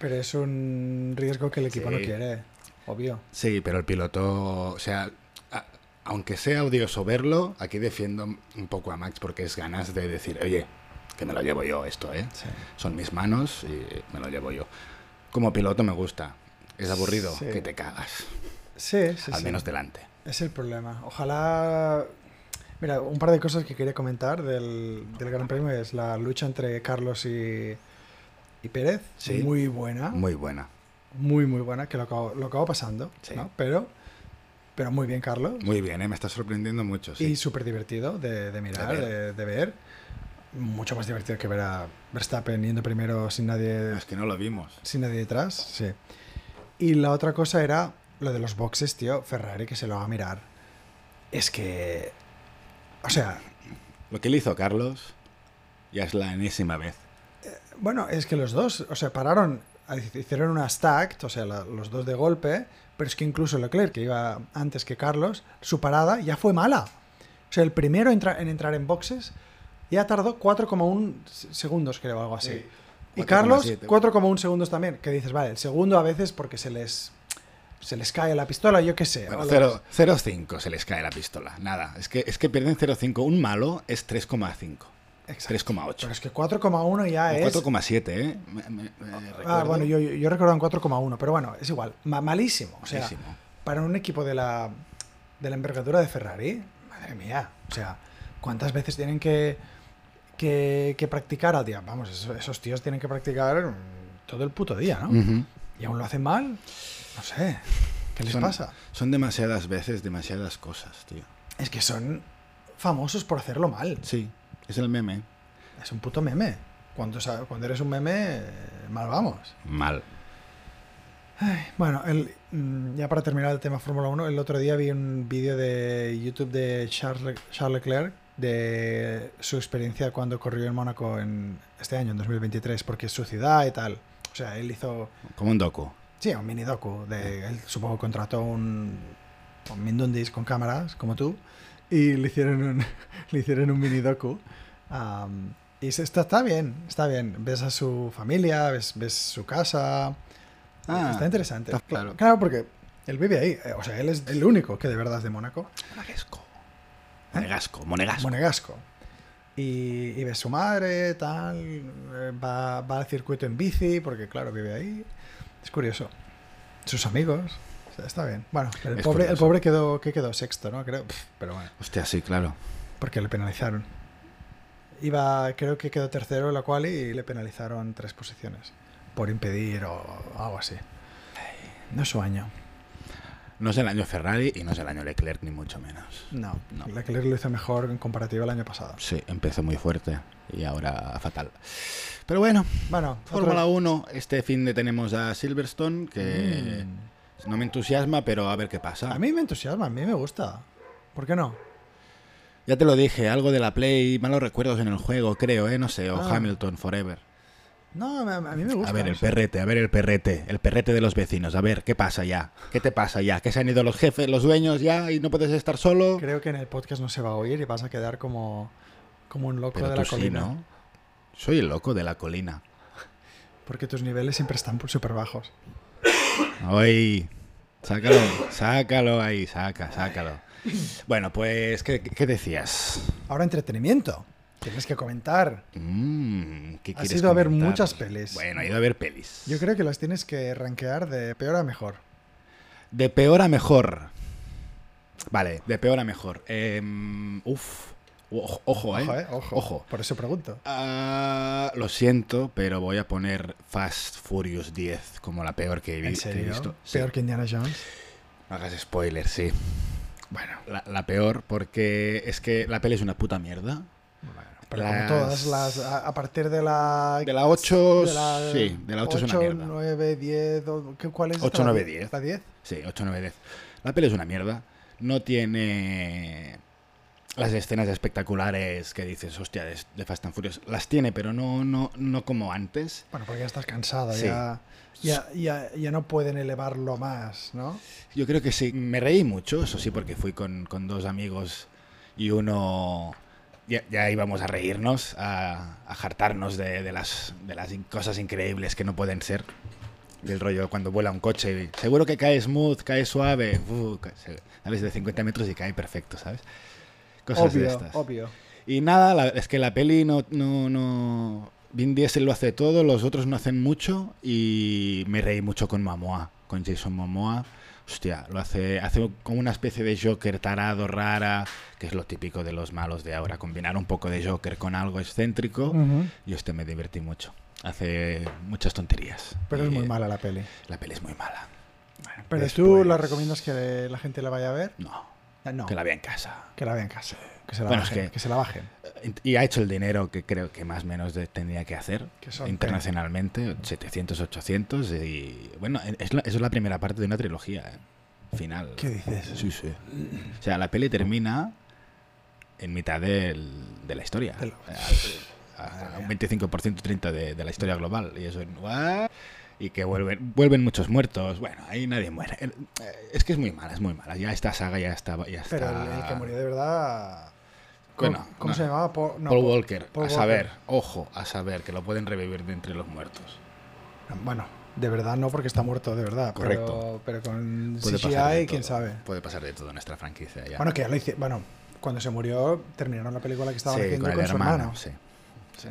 Speaker 2: Pero es un riesgo que el equipo no
Speaker 1: Sí.
Speaker 2: quiere, obvio.
Speaker 1: Sí, pero el piloto, o sea, a- aunque sea odioso verlo, aquí defiendo un poco a Max porque es ganas de decir, oye, que me lo llevo yo esto, ¿eh?
Speaker 2: Sí.
Speaker 1: Son mis manos y me lo llevo yo. Como piloto me gusta. Es aburrido,
Speaker 2: Sí.
Speaker 1: que te cagas.
Speaker 2: Sí, sí,
Speaker 1: al
Speaker 2: sí.
Speaker 1: menos delante.
Speaker 2: Es el problema. Ojalá. Mira, un par de cosas que quería comentar del, del Gran Premio es la lucha entre Carlos y, y Pérez.
Speaker 1: Sí.
Speaker 2: Muy buena. Muy,
Speaker 1: Muy buena.
Speaker 2: muy, buena, que lo acabo, lo acabo pasando.
Speaker 1: Sí.
Speaker 2: ¿no? Pero, pero muy bien, Carlos.
Speaker 1: Muy bien, ¿eh? me está sorprendiendo mucho. Sí.
Speaker 2: Y súper divertido de, de mirar,
Speaker 1: De ver.
Speaker 2: de, de ver. Mucho más divertido que ver a Verstappen yendo primero sin nadie
Speaker 1: Es que no lo vimos.
Speaker 2: Sin nadie detrás, sí. Y la otra cosa era lo de los boxes, tío. Ferrari que se lo va a mirar. Es que. O sea,
Speaker 1: Lo que le hizo Carlos ya es la enésima vez.
Speaker 2: bueno, es que los dos, o sea, pararon, hicieron una stack, o sea, la- los dos de golpe, pero es que incluso Leclerc, que iba antes que Carlos, su parada ya fue mala. O sea, el primero entra- en entrar en boxes ya tardó 4,1 se- segundos, creo, algo así.
Speaker 1: Sí,
Speaker 2: Y Carlos,
Speaker 1: 4,7.
Speaker 2: 4,1 segundos también. Que dices, vale, el segundo a veces porque se les se les cae la pistola, yo qué sé.
Speaker 1: Bueno,
Speaker 2: o los-
Speaker 1: cero- 0,5 se les cae la pistola. Nada, es que, es que pierden 0,5. Un malo es 3,5.
Speaker 2: Exacto. Pero
Speaker 1: 3,8.
Speaker 2: es que 4,1 ya
Speaker 1: O
Speaker 2: es.
Speaker 1: 4,7, ¿eh? Me- me- me
Speaker 2: Ah,
Speaker 1: recuerdo.
Speaker 2: bueno, yo, yo, yo recordaba un 4,1, pero bueno, es igual. Ma- malísimo. O sea,
Speaker 1: Malísimo.
Speaker 2: para un equipo de la, de la envergadura de Ferrari, madre mía. O sea, ¿cuántas veces tienen que, que, que practicar al día? Vamos, eso- esos tíos tienen que practicar mm, todo el puto día, ¿no?
Speaker 1: Ujú.
Speaker 2: Y aún lo hacen mal. No sé. ¿Qué les
Speaker 1: Son-
Speaker 2: pasa?
Speaker 1: Son demasiadas veces, demasiadas cosas, tío.
Speaker 2: Es que son famosos por hacerlo mal.
Speaker 1: Sí, es el meme.
Speaker 2: Es un puto meme. Cuando, sa- cuando eres un meme, eh, mal vamos.
Speaker 1: Mal.
Speaker 2: Bueno, el- mm, ya para terminar el tema Fórmula 1, el otro día vi un vídeo de YouTube de Charles, Le- Charles Leclerc de su experiencia cuando corrió en Mónaco en este año, en 2023, porque es su ciudad y tal. O sea, él hizo,
Speaker 1: Como un doco.
Speaker 2: sí, un mini docu. De, él supongo contrató un, un Mindundis con cámaras, como tú, y le hicieron un, (laughs) le hicieron un mini docu. Am, y se- está, está bien, está bien. Ves a su familia, ves, ves su casa.
Speaker 1: Ah,
Speaker 2: está interesante.
Speaker 1: está claro.
Speaker 2: claro. porque él vive ahí. eh, O sea, él es el único que de verdad es de Mónaco.
Speaker 1: Monegasco. Monegasco, monegasco.
Speaker 2: Monegasco. Y, y ves su madre, tal. eh, Va, va al circuito en bici, porque claro, vive ahí. Es curioso. Sus amigos. o sea, está bien. Bueno, el
Speaker 1: Es
Speaker 2: pobre, el
Speaker 1: curioso.
Speaker 2: pobre quedó, que quedó sexto, ¿no? Creo. Pff, Pero bueno.
Speaker 1: Hostia, sí, claro.
Speaker 2: Porque le penalizaron. Iba, creo que quedó tercero en la cual y le penalizaron tres posiciones. Por impedir o algo así. No es su año.
Speaker 1: No es el año Ferrari y no es el año Leclerc, ni mucho menos.
Speaker 2: No,
Speaker 1: No.
Speaker 2: Leclerc lo hizo mejor en comparativo al año pasado.
Speaker 1: Sí, empezó muy fuerte y ahora fatal. Pero bueno,
Speaker 2: Bueno,
Speaker 1: Fórmula
Speaker 2: otro-
Speaker 1: 1, este fin de tenemos a Silverstone, que
Speaker 2: Mm.
Speaker 1: no me entusiasma, pero a ver qué pasa.
Speaker 2: A mí me entusiasma, a mí me gusta. ¿Por qué no?
Speaker 1: Ya te lo dije, algo de la Play, malos recuerdos en el juego, creo, ¿eh? No sé, o
Speaker 2: Ah.
Speaker 1: Hamilton Forever.
Speaker 2: No, a, a mí me gusta.
Speaker 1: A ver, el
Speaker 2: eso.
Speaker 1: perrete, a ver, el perrete, el perrete de los vecinos, a ver, ¿qué pasa ya? ¿Qué te pasa ya? ¿Que se han ido los jefes, los dueños ya y no puedes estar solo?
Speaker 2: Creo que en el podcast no se va a oír y vas a quedar como, como un loco
Speaker 1: Pero
Speaker 2: de
Speaker 1: tú
Speaker 2: la
Speaker 1: sí,
Speaker 2: colina.
Speaker 1: ¿no? Soy el loco de la colina.
Speaker 2: Porque tus niveles siempre están por súper bajos.
Speaker 1: Ay, sácalo, sácalo ahí, saca, sácalo. Bueno, pues, ¿qué, qué decías?
Speaker 2: Ahora entretenimiento. Tienes que comentar.
Speaker 1: Mm, ¿qué
Speaker 2: Has
Speaker 1: quieres
Speaker 2: ido a ver
Speaker 1: comentar?
Speaker 2: muchas pelis.
Speaker 1: Bueno, he ido a ver pelis.
Speaker 2: Yo creo que las tienes que rankear de peor a mejor.
Speaker 1: De peor a mejor. Vale, de peor a mejor. Em, uf, ojo, ojo,
Speaker 2: Ojo, eh, ojo.
Speaker 1: Ojo.
Speaker 2: Por eso pregunto.
Speaker 1: Ah, lo siento, pero voy a poner Fast Furious 10 como la peor que he, vi-
Speaker 2: ¿En
Speaker 1: que he
Speaker 2: serio?
Speaker 1: visto. Sí.
Speaker 2: Peor que Indiana Jones.
Speaker 1: No hagas spoilers, sí. Bueno, la, la peor porque es que la peli es una puta mierda.
Speaker 2: Pero
Speaker 1: Las-
Speaker 2: como todas las. A, a partir de la.
Speaker 1: De la 8,
Speaker 2: de la
Speaker 1: sí, de la 8, es una mierda.
Speaker 2: 9, 10. o- ¿qué- ¿Cuál es?
Speaker 1: 8,
Speaker 2: la-
Speaker 1: 9, 10.
Speaker 2: ¿La 10?
Speaker 1: Sí, 8, 9, 10. La peli es una mierda. No tiene las escenas espectaculares que dices, hostia, de, de Fast and Furious. Las tiene, pero no, no, no como antes.
Speaker 2: Bueno, porque ya estás cansado.
Speaker 1: Sí.
Speaker 2: Ya, ya, ya, ya no pueden elevarlo más, ¿no?
Speaker 1: Yo creo que sí. Me reí mucho, eso sí, porque fui con, con dos amigos y uno... Ya, ya íbamos a reírnos, a, a jartarnos de, de las, de las in- cosas increíbles que no pueden ser. Del rollo cuando vuela un coche. y seguro que cae smooth, cae suave. uh, ca- se- sabes, de 50 metros y cae perfecto, ¿sabes? Cosas
Speaker 2: obvio,
Speaker 1: de estas.
Speaker 2: obvio.
Speaker 1: Y nada, la- es que la peli no, no, no. Vin Diesel lo hace todo, los otros no hacen mucho. Y me reí mucho con Momoa, con Jason Momoa. Hostia, lo hace, hace como una especie de Joker tarado, rara, que es lo típico de los malos de ahora, combinar un poco de Joker con algo excéntrico.
Speaker 2: Mm.
Speaker 1: Y este me divertí mucho. Hace muchas tonterías.
Speaker 2: Pero es
Speaker 1: Y,
Speaker 2: muy
Speaker 1: eh,
Speaker 2: mala la peli.
Speaker 1: La peli es muy mala.
Speaker 2: Pero tú
Speaker 1: después-
Speaker 2: la recomiendas que la gente la vaya a ver.
Speaker 1: No,
Speaker 2: No,
Speaker 1: que la vea en casa.
Speaker 2: que la vean en casa. Que se la
Speaker 1: Bueno, es
Speaker 2: bajen.
Speaker 1: que-
Speaker 2: que... se la bajen.
Speaker 1: Y ha hecho el dinero que creo que más o menos de- tenía que hacer
Speaker 2: Que son
Speaker 1: internacionalmente, 700, 800 y bueno, e, es la, es la primera parte de una trilogía eh, final.
Speaker 2: ¿Qué dices?
Speaker 1: Sí, sí. O sea, la peli termina en mitad del- de la historia.
Speaker 2: Del-
Speaker 1: A- a- a un 25%, 30% de, de la historia global. Y eso en- ¿what? Y que vuelven, vuelven muchos muertos. Bueno, ahí nadie muere. El- eh, Es que es muy mala, es muy mala. Ya esta saga ya está... Ya está...
Speaker 2: Pero el, el que murió de verdad. ¿Cómo,
Speaker 1: Bueno,
Speaker 2: cómo
Speaker 1: no.
Speaker 2: se llamaba? Paul, no,
Speaker 1: Paul
Speaker 2: Paul-
Speaker 1: Walker,
Speaker 2: Paul
Speaker 1: a
Speaker 2: Walker.
Speaker 1: saber, ojo, a saber que lo pueden revivir de entre los muertos.
Speaker 2: Bueno, de verdad no, porque está muerto, de verdad.
Speaker 1: Correcto.
Speaker 2: Pero, pero con
Speaker 1: Puede pasar de
Speaker 2: CGI, quién
Speaker 1: todo.
Speaker 2: sabe.
Speaker 1: Puede pasar de todo en nuestra franquicia ya.
Speaker 2: Bueno, que ya lo hice. Bueno, cuando se murió, terminaron la película que estaban
Speaker 1: Sí,
Speaker 2: haciendo
Speaker 1: con el
Speaker 2: con, su hermano.
Speaker 1: hermano. sí.
Speaker 2: Sí.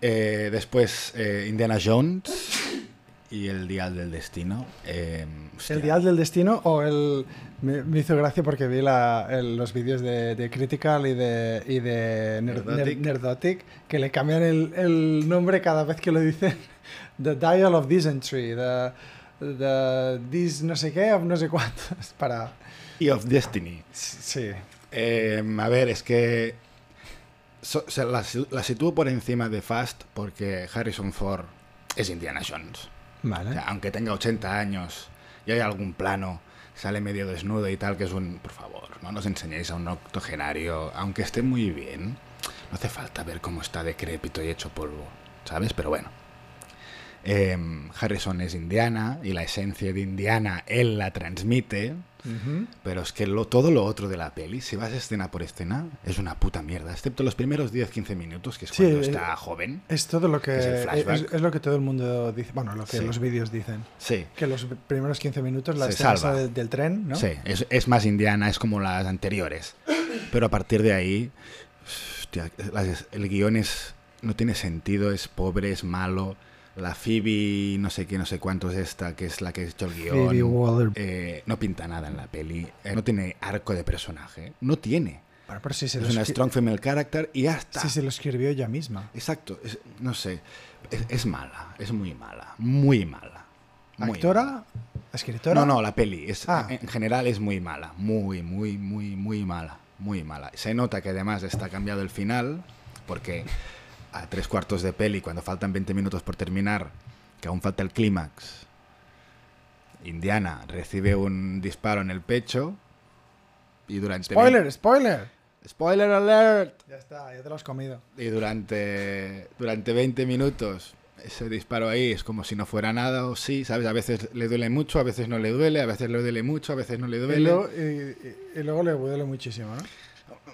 Speaker 1: Eh, después, eh, Indiana Jones y el Dial del Destino. Eh, hostia,
Speaker 2: El Dial del Destino o el. Me, me hizo gracia porque vi la- el- los vídeos de, de Critical y de, y de Ner-
Speaker 1: Nerdotic.
Speaker 2: Ner- Nerdotic, que le cambian el, el nombre cada vez que lo dicen. (laughs) The Dial of Dysentery, the, the Dis no sé qué, of no sé cuántos. (laughs) Para.
Speaker 1: Y of Destiny.
Speaker 2: Sí.
Speaker 1: Eh, a ver, es que so- se la, si- la sitúo por encima de Fast porque Harrison Ford es Indiana Jones.
Speaker 2: Vale.
Speaker 1: O sea, aunque tenga 80 años y hay algún plano, sale medio desnudo y tal, que es un, por favor, no nos enseñéis a un octogenario, aunque esté muy bien, no hace falta ver cómo está decrépito y hecho polvo, ¿sabes? Pero bueno. Em, Harrison es indiana y la esencia de indiana él la transmite,
Speaker 2: Ujú.
Speaker 1: pero es que lo, todo lo otro de la peli, si vas escena por escena, es una puta mierda, excepto los primeros 10-15 minutos, que es
Speaker 2: Sí,
Speaker 1: cuando
Speaker 2: eh,
Speaker 1: está joven.
Speaker 2: Es todo lo que.
Speaker 1: Es el
Speaker 2: Es,
Speaker 1: flashback.
Speaker 2: es lo que todo el mundo dice. Bueno, lo que
Speaker 1: Sí.
Speaker 2: los vídeos dicen.
Speaker 1: Sí.
Speaker 2: Que los primeros 15 minutos la
Speaker 1: Se
Speaker 2: escena
Speaker 1: salva.
Speaker 2: esa de- del tren, ¿no?
Speaker 1: Sí, es, es más indiana, es como las anteriores. Pero a partir de ahí, hostia, las- el guión es, no tiene sentido, es pobre, es malo. La Phoebe, no sé qué, no sé cuántos es esta, que es la que ha hecho el guión.
Speaker 2: Phoebe Waller-
Speaker 1: eh, no pinta nada en la peli, eh, no tiene arco de personaje, no tiene.
Speaker 2: Bueno, pero si se
Speaker 1: Es
Speaker 2: los
Speaker 1: una
Speaker 2: qui-
Speaker 1: strong female character y hasta.
Speaker 2: Sí, se lo escribió ella misma.
Speaker 1: Exacto, es- no sé, es, es mala, es muy mala, muy mala. muy mala.
Speaker 2: ¿Actora? ¿Escritora?
Speaker 1: No, no, la peli. Es,
Speaker 2: Ah.
Speaker 1: En general es muy mala. Muy, muy, muy, muy mala. Muy mala. Se nota que además está cambiado el final, porque a tres cuartos de peli, cuando faltan 20 minutos por terminar, que aún falta el clímax, Indiana recibe un disparo en el pecho y durante...
Speaker 2: ¡Spoiler, spoiler!
Speaker 1: ¡Spoiler alert!
Speaker 2: Ya está, ya te lo has comido.
Speaker 1: Y durante, durante 20 minutos ese disparo ahí es como si no fuera nada o sí, ¿sabes? A veces le duele mucho, a veces no le duele, a veces le duele mucho, a veces no le
Speaker 2: Y,
Speaker 1: duele.
Speaker 2: luego- y- y- y luego le duele muchísimo, ¿no?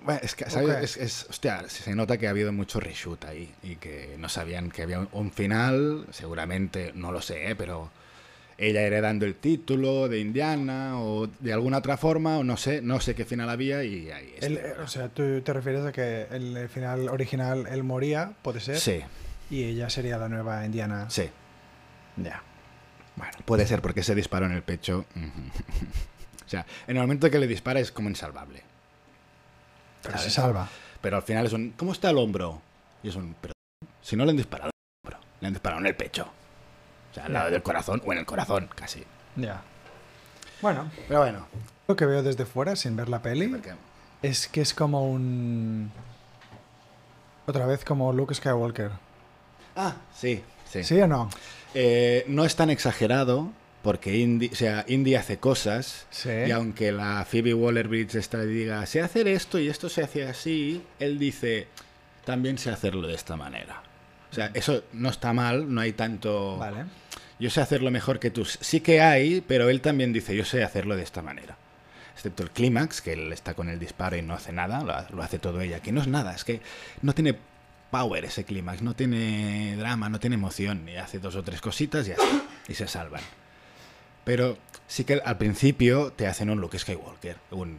Speaker 1: Bueno, es que, ¿sabes?
Speaker 2: Ok.
Speaker 1: Es, es- hostia, se nota que ha habido mucho reshoot ahí y que no sabían que había un, un final, seguramente, no lo sé, ¿eh? pero ella heredando el título de Indiana o de alguna otra forma, o no sé, no sé qué final había y ahí
Speaker 2: El- eh,
Speaker 1: está.
Speaker 2: o sea, tú te refieres a que el, el final original él moría, puede ser,
Speaker 1: Sí,
Speaker 2: y ella sería la nueva Indiana.
Speaker 1: sí.
Speaker 2: Ya. Bueno,
Speaker 1: Puede ser porque ese disparo en el pecho. ujú. (laughs) o sea, en el momento que le dispara es como insalvable.
Speaker 2: pero
Speaker 1: Claro.
Speaker 2: se salva.
Speaker 1: Pero al final es un. ¿Cómo está el hombro? Y es un. Pero, si no le han disparado en el hombro, le han disparado en el pecho. O sea, al lado del corazón o en el corazón, casi.
Speaker 2: Ya. Bueno,
Speaker 1: Pero bueno.
Speaker 2: lo que veo desde fuera, sin ver la peli,
Speaker 1: porque-
Speaker 2: es que es como un... Otra vez como Luke Skywalker.
Speaker 1: Ah, sí, sí.
Speaker 2: ¿Sí o no?
Speaker 1: Eh, no es tan exagerado porque Indy, o sea, Indy hace cosas.
Speaker 2: Sí.
Speaker 1: Y aunque la Phoebe Waller Bridge esta le diga, sé hacer esto y esto se hace así, él dice, también sé hacerlo de esta manera. O sea, eso no está mal, no hay tanto.
Speaker 2: Vale.
Speaker 1: Yo sé hacerlo mejor que tú. Sí que hay, pero él también dice, yo sé hacerlo de esta manera. Excepto el clímax, que él está con el disparo y no hace nada, lo, ha- lo hace todo ella, que no es nada, es que no tiene power ese clímax, no tiene drama, no tiene emoción, y hace dos o tres cositas y, ya está, y se salvan. Pero sí que al principio te hacen un Luke Skywalker, un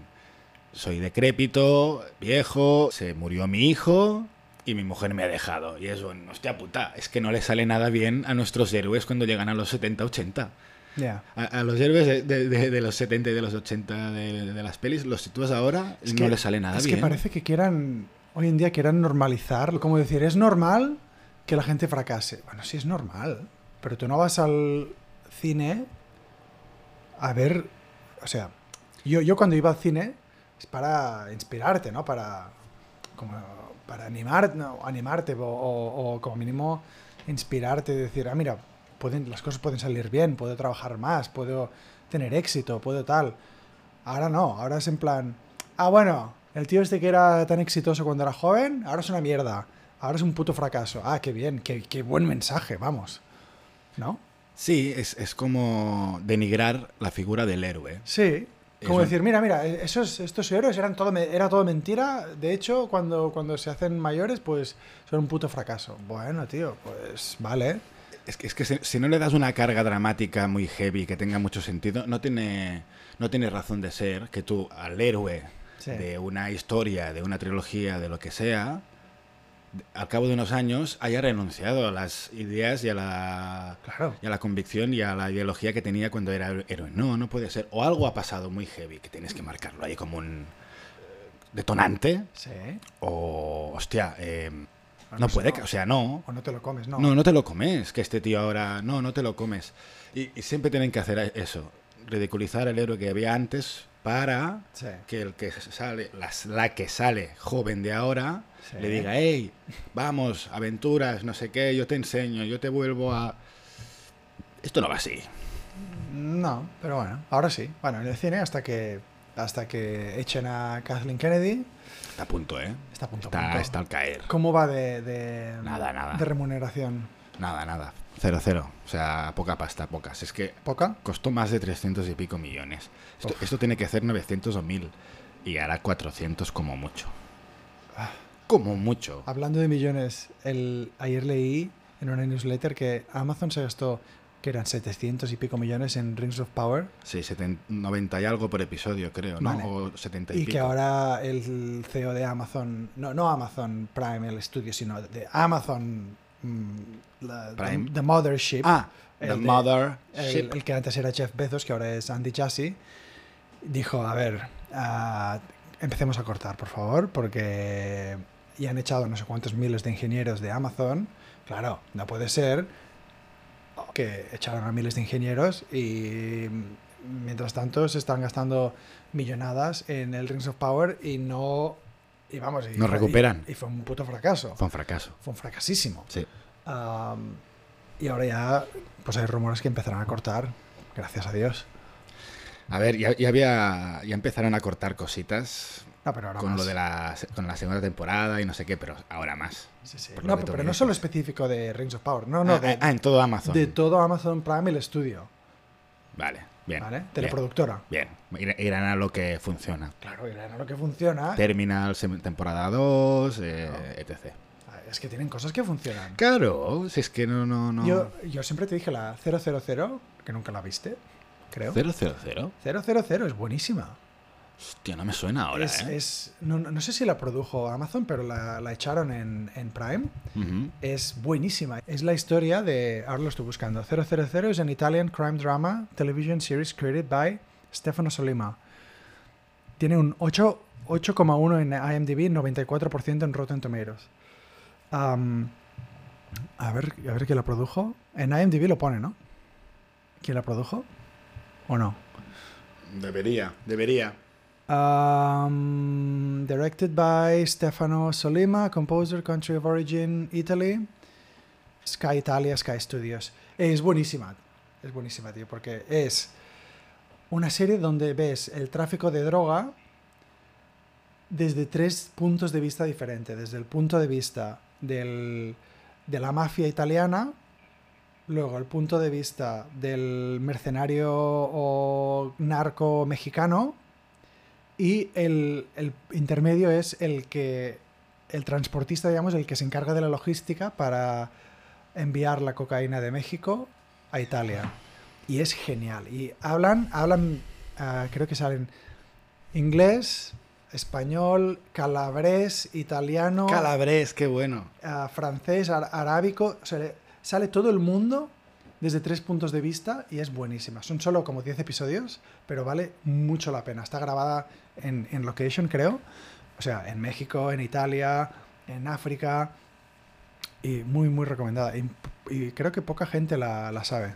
Speaker 1: soy decrépito, viejo, se murió mi hijo y mi mujer me ha dejado. Y eso, hostia puta, es que no le sale nada bien a nuestros héroes cuando llegan a los 70, 80.
Speaker 2: Ya.
Speaker 1: A, a los héroes de, de- de- de los 70 y de los 80 de, de las pelis, los sitúas ahora,
Speaker 2: Es
Speaker 1: no
Speaker 2: que-
Speaker 1: le sale nada
Speaker 2: Es
Speaker 1: bien.
Speaker 2: que parece que quieran, hoy en día quieran normalizar, como decir, es normal que la gente fracase. Bueno, sí es normal, pero tú no vas al cine a ver, o sea, yo, yo cuando iba al cine es para inspirarte, ¿no? Para, como, para animar, no, animarte o, o- o como mínimo inspirarte y decir, ah, mira, pueden, las cosas pueden salir bien, puedo trabajar más, puedo tener éxito, puedo tal. Ahora no, ahora es en plan, ah, bueno, el tío este que era tan exitoso cuando era joven, ahora es una mierda, ahora es un puto fracaso. Ah, qué bien, qué, qué buen mensaje, vamos. ¿No?
Speaker 1: Sí, es, es como denigrar la figura del héroe.
Speaker 2: Sí. Como
Speaker 1: Eso-
Speaker 2: decir, mira, mira, e, esos, estos héroes eran todo, me- era todo mentira. De hecho, cuando, cuando se hacen mayores, pues son un puto fracaso. Bueno, tío, pues vale.
Speaker 1: Es que, es que si, si no le das una carga dramática muy heavy que tenga mucho sentido, no tiene, no tiene razón de ser que tú al héroe
Speaker 2: Sí.
Speaker 1: de una historia, de una trilogía, de lo que sea, de- al cabo de unos años haya renunciado a las ideas y a la,
Speaker 2: Claro.
Speaker 1: y a la convicción y a la ideología que tenía cuando era héroe. No, no puede ser. O algo ha pasado muy heavy que tienes que marcarlo ahí como un eh, detonante.
Speaker 2: Sí.
Speaker 1: O, hostia, eh,
Speaker 2: Ah,
Speaker 1: no
Speaker 2: sé,
Speaker 1: puede, que- o sea, no.
Speaker 2: O no te lo comes, no.
Speaker 1: No, no te lo comes, que este tío ahora. No, no te lo comes. Y, y siempre tienen que hacer eso: ridiculizar al héroe que había antes para
Speaker 2: Sí.
Speaker 1: que el que sale, las- la, que sale joven de ahora,
Speaker 2: Sí.
Speaker 1: le diga, hey, vamos, aventuras, no sé qué, yo te enseño, yo te vuelvo a. Esto no va así.
Speaker 2: No, pero bueno, ahora sí. Bueno, en el cine hasta que hasta que echen a Kathleen Kennedy
Speaker 1: Está a punto, ¿eh?
Speaker 2: está a punto. a punto.
Speaker 1: Está, está al caer.
Speaker 2: ¿Cómo va de, de-
Speaker 1: Nada, nada.
Speaker 2: de remuneración?
Speaker 1: Nada, nada. Cero, cero. O sea, poca pasta, pocas. Es que
Speaker 2: ¿Poca?
Speaker 1: costó más de 300 y pico millones. Esto,
Speaker 2: Uf.
Speaker 1: esto tiene que hacer 900 o 1000 y hará 400 como mucho. Como mucho.
Speaker 2: Hablando de millones, el, ayer leí en una newsletter que Amazon se gastó, que eran 700 y pico millones en Rings of Power,
Speaker 1: Sí, 70 90 y algo por episodio, creo, ¿no?
Speaker 2: Vale.
Speaker 1: O 70 y,
Speaker 2: y que
Speaker 1: pico.
Speaker 2: ahora el CEO de Amazon, no, no Amazon Prime, el estudio, sino de Amazon, mm, la- the-
Speaker 1: Prime.
Speaker 2: The, Mothership,
Speaker 1: Ah,
Speaker 2: el
Speaker 1: The
Speaker 2: de-
Speaker 1: Mother
Speaker 2: el, el que antes era Jeff Bezos, que ahora es Andy Jassy, dijo, a ver, ah, empecemos a cortar, por favor, porque ya han echado no sé cuántos miles de ingenieros de Amazon. Claro, no puede ser que echaron a miles de ingenieros y mm, mientras tanto se están gastando millonadas en el Rings of Power y no... Y vamos, y
Speaker 1: No
Speaker 2: fue-
Speaker 1: recuperan.
Speaker 2: Y, y fue un puto fracaso.
Speaker 1: Fue un fracaso.
Speaker 2: Fue un fracasísimo.
Speaker 1: Sí.
Speaker 2: Am, y ahora ya, pues hay rumores que empezarán a cortar, gracias a Dios.
Speaker 1: A ver, ya, ya había. Ya empezaron a cortar cositas.
Speaker 2: No, pero ahora
Speaker 1: con
Speaker 2: más.
Speaker 1: lo de la, con la segunda temporada y no sé qué, pero ahora más.
Speaker 2: Sí, sí.
Speaker 1: por lo
Speaker 2: No,
Speaker 1: que tú
Speaker 2: pero,
Speaker 1: me
Speaker 2: no solo
Speaker 1: dices.
Speaker 2: específico de Rings of Power, no, no,
Speaker 1: ah,
Speaker 2: de,
Speaker 1: ah, en todo Amazon.
Speaker 2: de todo Amazon Prime el estudio,
Speaker 1: Vale, bien.
Speaker 2: ¿vale?
Speaker 1: Bien,
Speaker 2: Teleproductora.
Speaker 1: bien. Ir- Irán a lo que funciona.
Speaker 2: Claro, y era lo que funciona.
Speaker 1: Terminal, sem- temporada 2, eh,
Speaker 2: Ah. Claro.
Speaker 1: etc.
Speaker 2: Ah, Es que tienen cosas que funcionan.
Speaker 1: Claro, si es que no, no, no.
Speaker 2: Yo, yo siempre te dije la 000, que nunca la viste, creo.
Speaker 1: ¿Cero, cero, cero?
Speaker 2: 000 es buenísima.
Speaker 1: Hostia, no me suena ahora,
Speaker 2: es,
Speaker 1: ¿eh?
Speaker 2: es- no, no- no sé si la produjo Amazon, pero la, la echaron en, en Prime.
Speaker 1: Ujú.
Speaker 2: Es buenísima. Es la historia de. Ahora lo estoy buscando. 000 es an Italian crime drama television series created by Stefano Solima. Tiene un 8 8,1 en IMDb, 94% en Rotten Tomatoes. Am, a, ver, a ver quién la produjo. En IMDb lo pone, ¿no? ¿Quién la produjo? ¿O no?
Speaker 1: Debería, debería.
Speaker 2: Um, directed by Stefano Solima, composer, country of origin, Italy. Sky Italia, Sky Studios. Es buenísima. Es buenísima, tío, porque es una serie donde ves el tráfico de droga desde tres puntos de vista diferentes. Desde el punto de vista del- de la mafia italiana, luego el punto de vista del mercenario o narco mexicano, y el, el intermedio es el que. El transportista, digamos, el que se encarga de la logística para enviar la cocaína de México a Italia. Y es genial. Y hablan, hablan, ah, creo que salen inglés, español, calabrés, italiano,
Speaker 1: Calabrés, qué bueno.
Speaker 2: ah, francés, ar- arábico. O sea, le- sale todo el mundo desde tres puntos de vista y es buenísima. Son solo como 10 episodios, pero vale mucho la pena. Está grabada en, en location, creo. O sea, en México, en Italia, en África. Y muy, muy recomendada. Y, y creo que poca gente la, la sabe.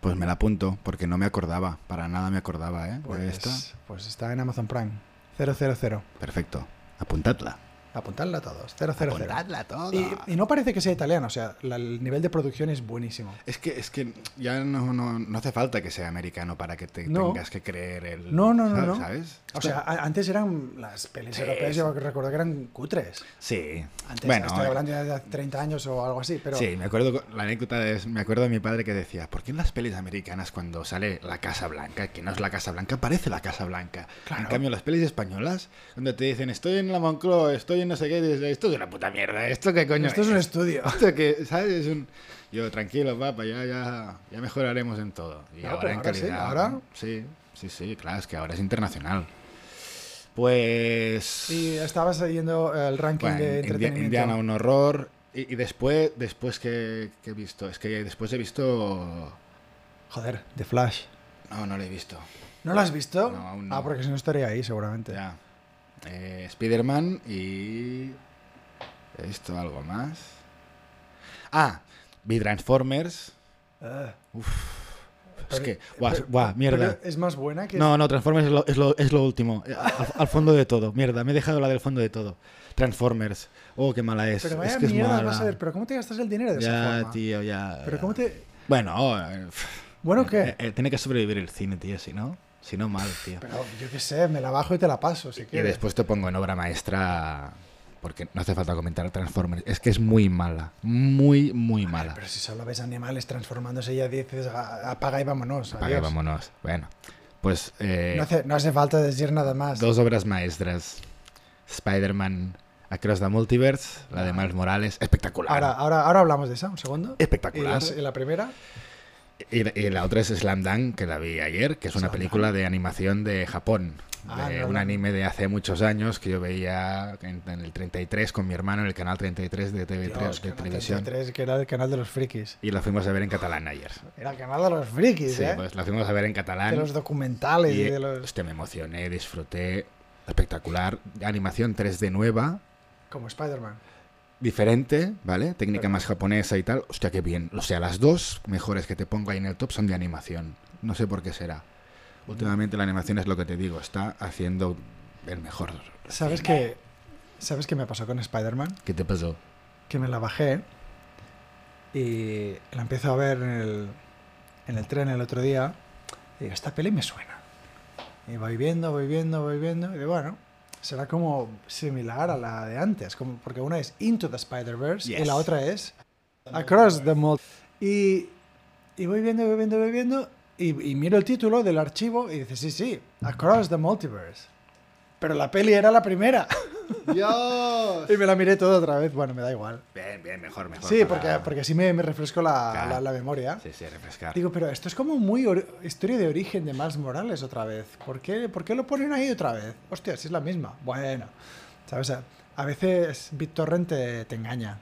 Speaker 1: Pues me la apunto, porque no me acordaba, para nada me acordaba, ¿eh?
Speaker 2: Pues,
Speaker 1: de esta.
Speaker 2: pues está en Amazon Prime. 000.
Speaker 1: Perfecto. Apuntadla.
Speaker 2: Apuntadla a todos. 000.
Speaker 1: Apuntadla toda.
Speaker 2: Y, y no parece que sea italiano. O sea, la- el nivel de producción es buenísimo.
Speaker 1: Es que, es que ya no, no, no hace falta que sea americano para que te
Speaker 2: No.
Speaker 1: tengas que creer el.
Speaker 2: No, no, no,
Speaker 1: ¿sabes?
Speaker 2: no.
Speaker 1: ¿sabes?
Speaker 2: O sea, a- antes eran las pelis
Speaker 1: Sí,
Speaker 2: europeas,
Speaker 1: sí.
Speaker 2: yo recuerdo que eran cutres.
Speaker 1: Sí.
Speaker 2: Antes,
Speaker 1: bueno,
Speaker 2: estoy
Speaker 1: eh,
Speaker 2: hablando ya de hace 30 años o algo así, pero
Speaker 1: Sí, me acuerdo, la anécdota es, me acuerdo de mi padre que decía, ¿por qué en las pelis americanas cuando sale la Casa Blanca, que no es la Casa Blanca, parece la Casa Blanca?
Speaker 2: Claro.
Speaker 1: En cambio, las pelis españolas, donde te dicen, estoy en la Moncloa, estoy en no sé qué, dices, esto es una puta mierda, esto qué coño eh.
Speaker 2: esto es un estudio.
Speaker 1: Esto que, ¿sabes? Es un... Yo, tranquilo, papá, ya, ya, ya mejoraremos en todo. Y
Speaker 2: No,
Speaker 1: ahora
Speaker 2: pero
Speaker 1: en
Speaker 2: ahora sí,
Speaker 1: calidad.
Speaker 2: ahora-
Speaker 1: Sí, sí, sí, claro, es que ahora es internacional. Pues...
Speaker 2: Y estabas siguiendo el ranking
Speaker 1: Bueno,
Speaker 2: de
Speaker 1: Indi-
Speaker 2: entretenimiento.
Speaker 1: Indiana, un horror. Y, y después, después que, que he visto, es que después he visto...
Speaker 2: Joder, The Flash.
Speaker 1: No, no lo he visto.
Speaker 2: ¿No lo has visto?
Speaker 1: No, aún no.
Speaker 2: Ah, porque si no estaría ahí seguramente.
Speaker 1: Ya. Eh, Spider-Man y... He visto algo más. Ah, vi Transformers.
Speaker 2: Ah,
Speaker 1: es
Speaker 2: Pero- eh,
Speaker 1: que... Guau,
Speaker 2: pero-
Speaker 1: guau, mierda.
Speaker 2: pero es más buena que...
Speaker 1: No, no, Transformers es lo, es lo- es lo último. eh, Al, al fondo de todo. Mierda, me he dejado la del fondo de todo. Transformers. Oh, qué mala es.
Speaker 2: pero
Speaker 1: es
Speaker 2: vaya
Speaker 1: que es
Speaker 2: mierda,
Speaker 1: mala.
Speaker 2: vas a ver, pero ¿cómo te gastas el dinero de esa
Speaker 1: Ya,
Speaker 2: forma?
Speaker 1: tío, ya.
Speaker 2: Pero
Speaker 1: ya.
Speaker 2: ¿cómo te...?
Speaker 1: Bueno, eh, pff,
Speaker 2: Bueno,
Speaker 1: eh,
Speaker 2: ¿qué?
Speaker 1: eh, tiene que sobrevivir el cine, tío, si no, si no mal, tío.
Speaker 2: Pero yo qué sé, me la bajo y te la paso si
Speaker 1: Y
Speaker 2: quieres.
Speaker 1: después te pongo en obra maestra, porque no hace falta comentar Transformers. Es que es muy mala, muy, muy mala.
Speaker 2: Pero si solo ves animales transformándose ya dices, "A- apaga y vámonos.
Speaker 1: Apaga y
Speaker 2: adiós".
Speaker 1: vámonos. Bueno, pues eh,
Speaker 2: No hace, no hace falta decir nada más.
Speaker 1: dos obras maestras. Spider-Man Across the Multiverse, la de Miles Morales, espectacular.
Speaker 2: Ah. Ahora, eh, ahora, ahora hablamos de esa, un segundo. Y la,
Speaker 1: espectacular.
Speaker 2: y la primera,
Speaker 1: Y la, y la otra es Slam Dunk, que la vi ayer, que es una
Speaker 2: Slam
Speaker 1: película de animación de Japón.
Speaker 2: Ah,
Speaker 1: de
Speaker 2: no,
Speaker 1: un
Speaker 2: no.
Speaker 1: anime de hace muchos años que yo veía en, en el 33 con mi hermano en el canal 33 de TV3
Speaker 2: Dios,
Speaker 1: de
Speaker 2: Canal
Speaker 1: televisión.
Speaker 2: 33, que era el canal de los frikis.
Speaker 1: Y la fuimos a ver en catalán ayer.
Speaker 2: Era el canal de los frikis,
Speaker 1: Sí,
Speaker 2: ¿eh?
Speaker 1: pues la fuimos a ver en catalán.
Speaker 2: de los documentales y,
Speaker 1: y,
Speaker 2: de los...
Speaker 1: hostia, me emocioné, disfruté. Espectacular. Animación 3D nueva,
Speaker 2: Como Spider-Man.
Speaker 1: diferente, ¿vale? Técnica
Speaker 2: Perfecto.
Speaker 1: más japonesa y tal. Hostia, qué bien. O sea, las dos mejores que te pongo ahí en el top son de animación. No sé por qué será. Últimamente la animación es lo que te digo, está haciendo el mejor.
Speaker 2: ¿Sabes qué? ¿Sabes qué me pasó con Spider-Man?
Speaker 1: ¿Qué te pasó?
Speaker 2: Que me la bajé y la empiezo a ver en el, en el tren el otro día. Y digo, esta peli me suena. Y voy viendo, voy viendo, voy viendo. Y digo, bueno, será como similar a la de antes, como, porque una es Into the Spider-Verse y
Speaker 3: Yes.
Speaker 2: la otra es Across the Mul- Y, y voy viendo, voy viendo, voy viendo, y, y miro el título del archivo y dice, sí, sí, Across the Multiverse. Pero la peli era la primera. (laughs)
Speaker 1: ¡Dios!
Speaker 2: Y me la miré toda otra vez. Bueno, me da igual.
Speaker 1: Bien, bien, mejor, mejor.
Speaker 2: Sí, porque,
Speaker 1: para-
Speaker 2: porque así me, me refresco la,
Speaker 1: Claro.
Speaker 2: la- la memoria.
Speaker 1: Sí, sí, refrescar.
Speaker 2: Digo, pero esto es como muy ori- historia de origen de Miles Morales otra vez. ¿Por qué, ¿Por qué lo ponen ahí otra vez? Hostia, si es la misma. Bueno, ¿sabes? A- A veces BitTorrent te, te engaña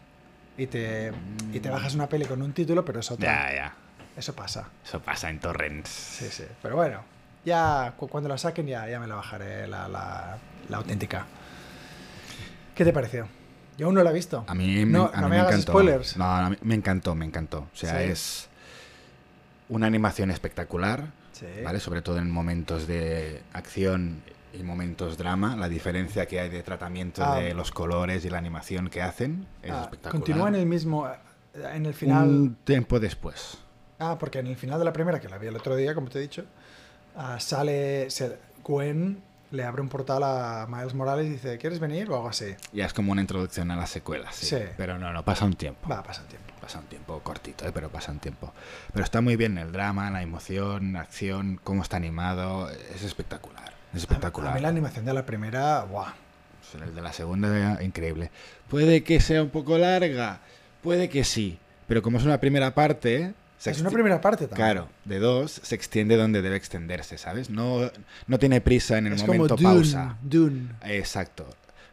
Speaker 2: y te, y te bajas una peli con un título, pero es otra.
Speaker 1: ya, ya.
Speaker 2: Eso pasa.
Speaker 1: Eso pasa en torrents.
Speaker 2: Sí, sí. Pero bueno, ya cu- cuando la saquen ya, ya me la bajaré, la, la- la auténtica. ¿Qué te pareció? Yo aún no la he visto.
Speaker 1: A mí, me-
Speaker 2: No,
Speaker 1: a
Speaker 2: no
Speaker 1: mí
Speaker 2: me
Speaker 1: me
Speaker 2: hagas
Speaker 1: encantó.
Speaker 2: spoilers.
Speaker 1: No, a mí me encantó, me encantó. O sea,
Speaker 2: Sí.
Speaker 1: es una animación espectacular,
Speaker 2: Sí.
Speaker 1: ¿vale? Sobre todo en momentos de acción y momentos drama. La diferencia que hay de tratamiento
Speaker 2: Ah.
Speaker 1: de los colores y la animación que hacen es
Speaker 2: Ah,
Speaker 1: espectacular.
Speaker 2: Continúa en el mismo, eh, en el final.
Speaker 1: Un tiempo después.
Speaker 2: Ah, porque en el final de la primera, que la vi el otro día, como te he dicho, ah, sale se- Gwen, le abre un portal a Miles Morales y dice, ¿quieres venir? O algo así.
Speaker 1: Ya es como una introducción a las secuelas, sí.
Speaker 2: Sí.
Speaker 1: Pero no, no, pasa un tiempo.
Speaker 2: Va, pasa el tiempo.
Speaker 1: Pasa un tiempo cortito, ¿eh? pero pasa un tiempo. Pero está muy bien el drama, la emoción, la acción, cómo está animado. Es espectacular. Es espectacular.
Speaker 2: A mí la animación de la primera, ¡guau!
Speaker 1: Pues El de la segunda, eh, increíble. Puede que sea un poco larga, puede que sí, pero como es una primera parte, eh, se
Speaker 2: Es una
Speaker 1: exti-
Speaker 2: primera parte también.
Speaker 1: claro, de dos, se extiende donde debe extenderse, ¿sabes? No, no tiene prisa en el
Speaker 2: es
Speaker 1: momento
Speaker 2: como Dune,
Speaker 1: pausa.
Speaker 2: Dune.
Speaker 1: Exacto.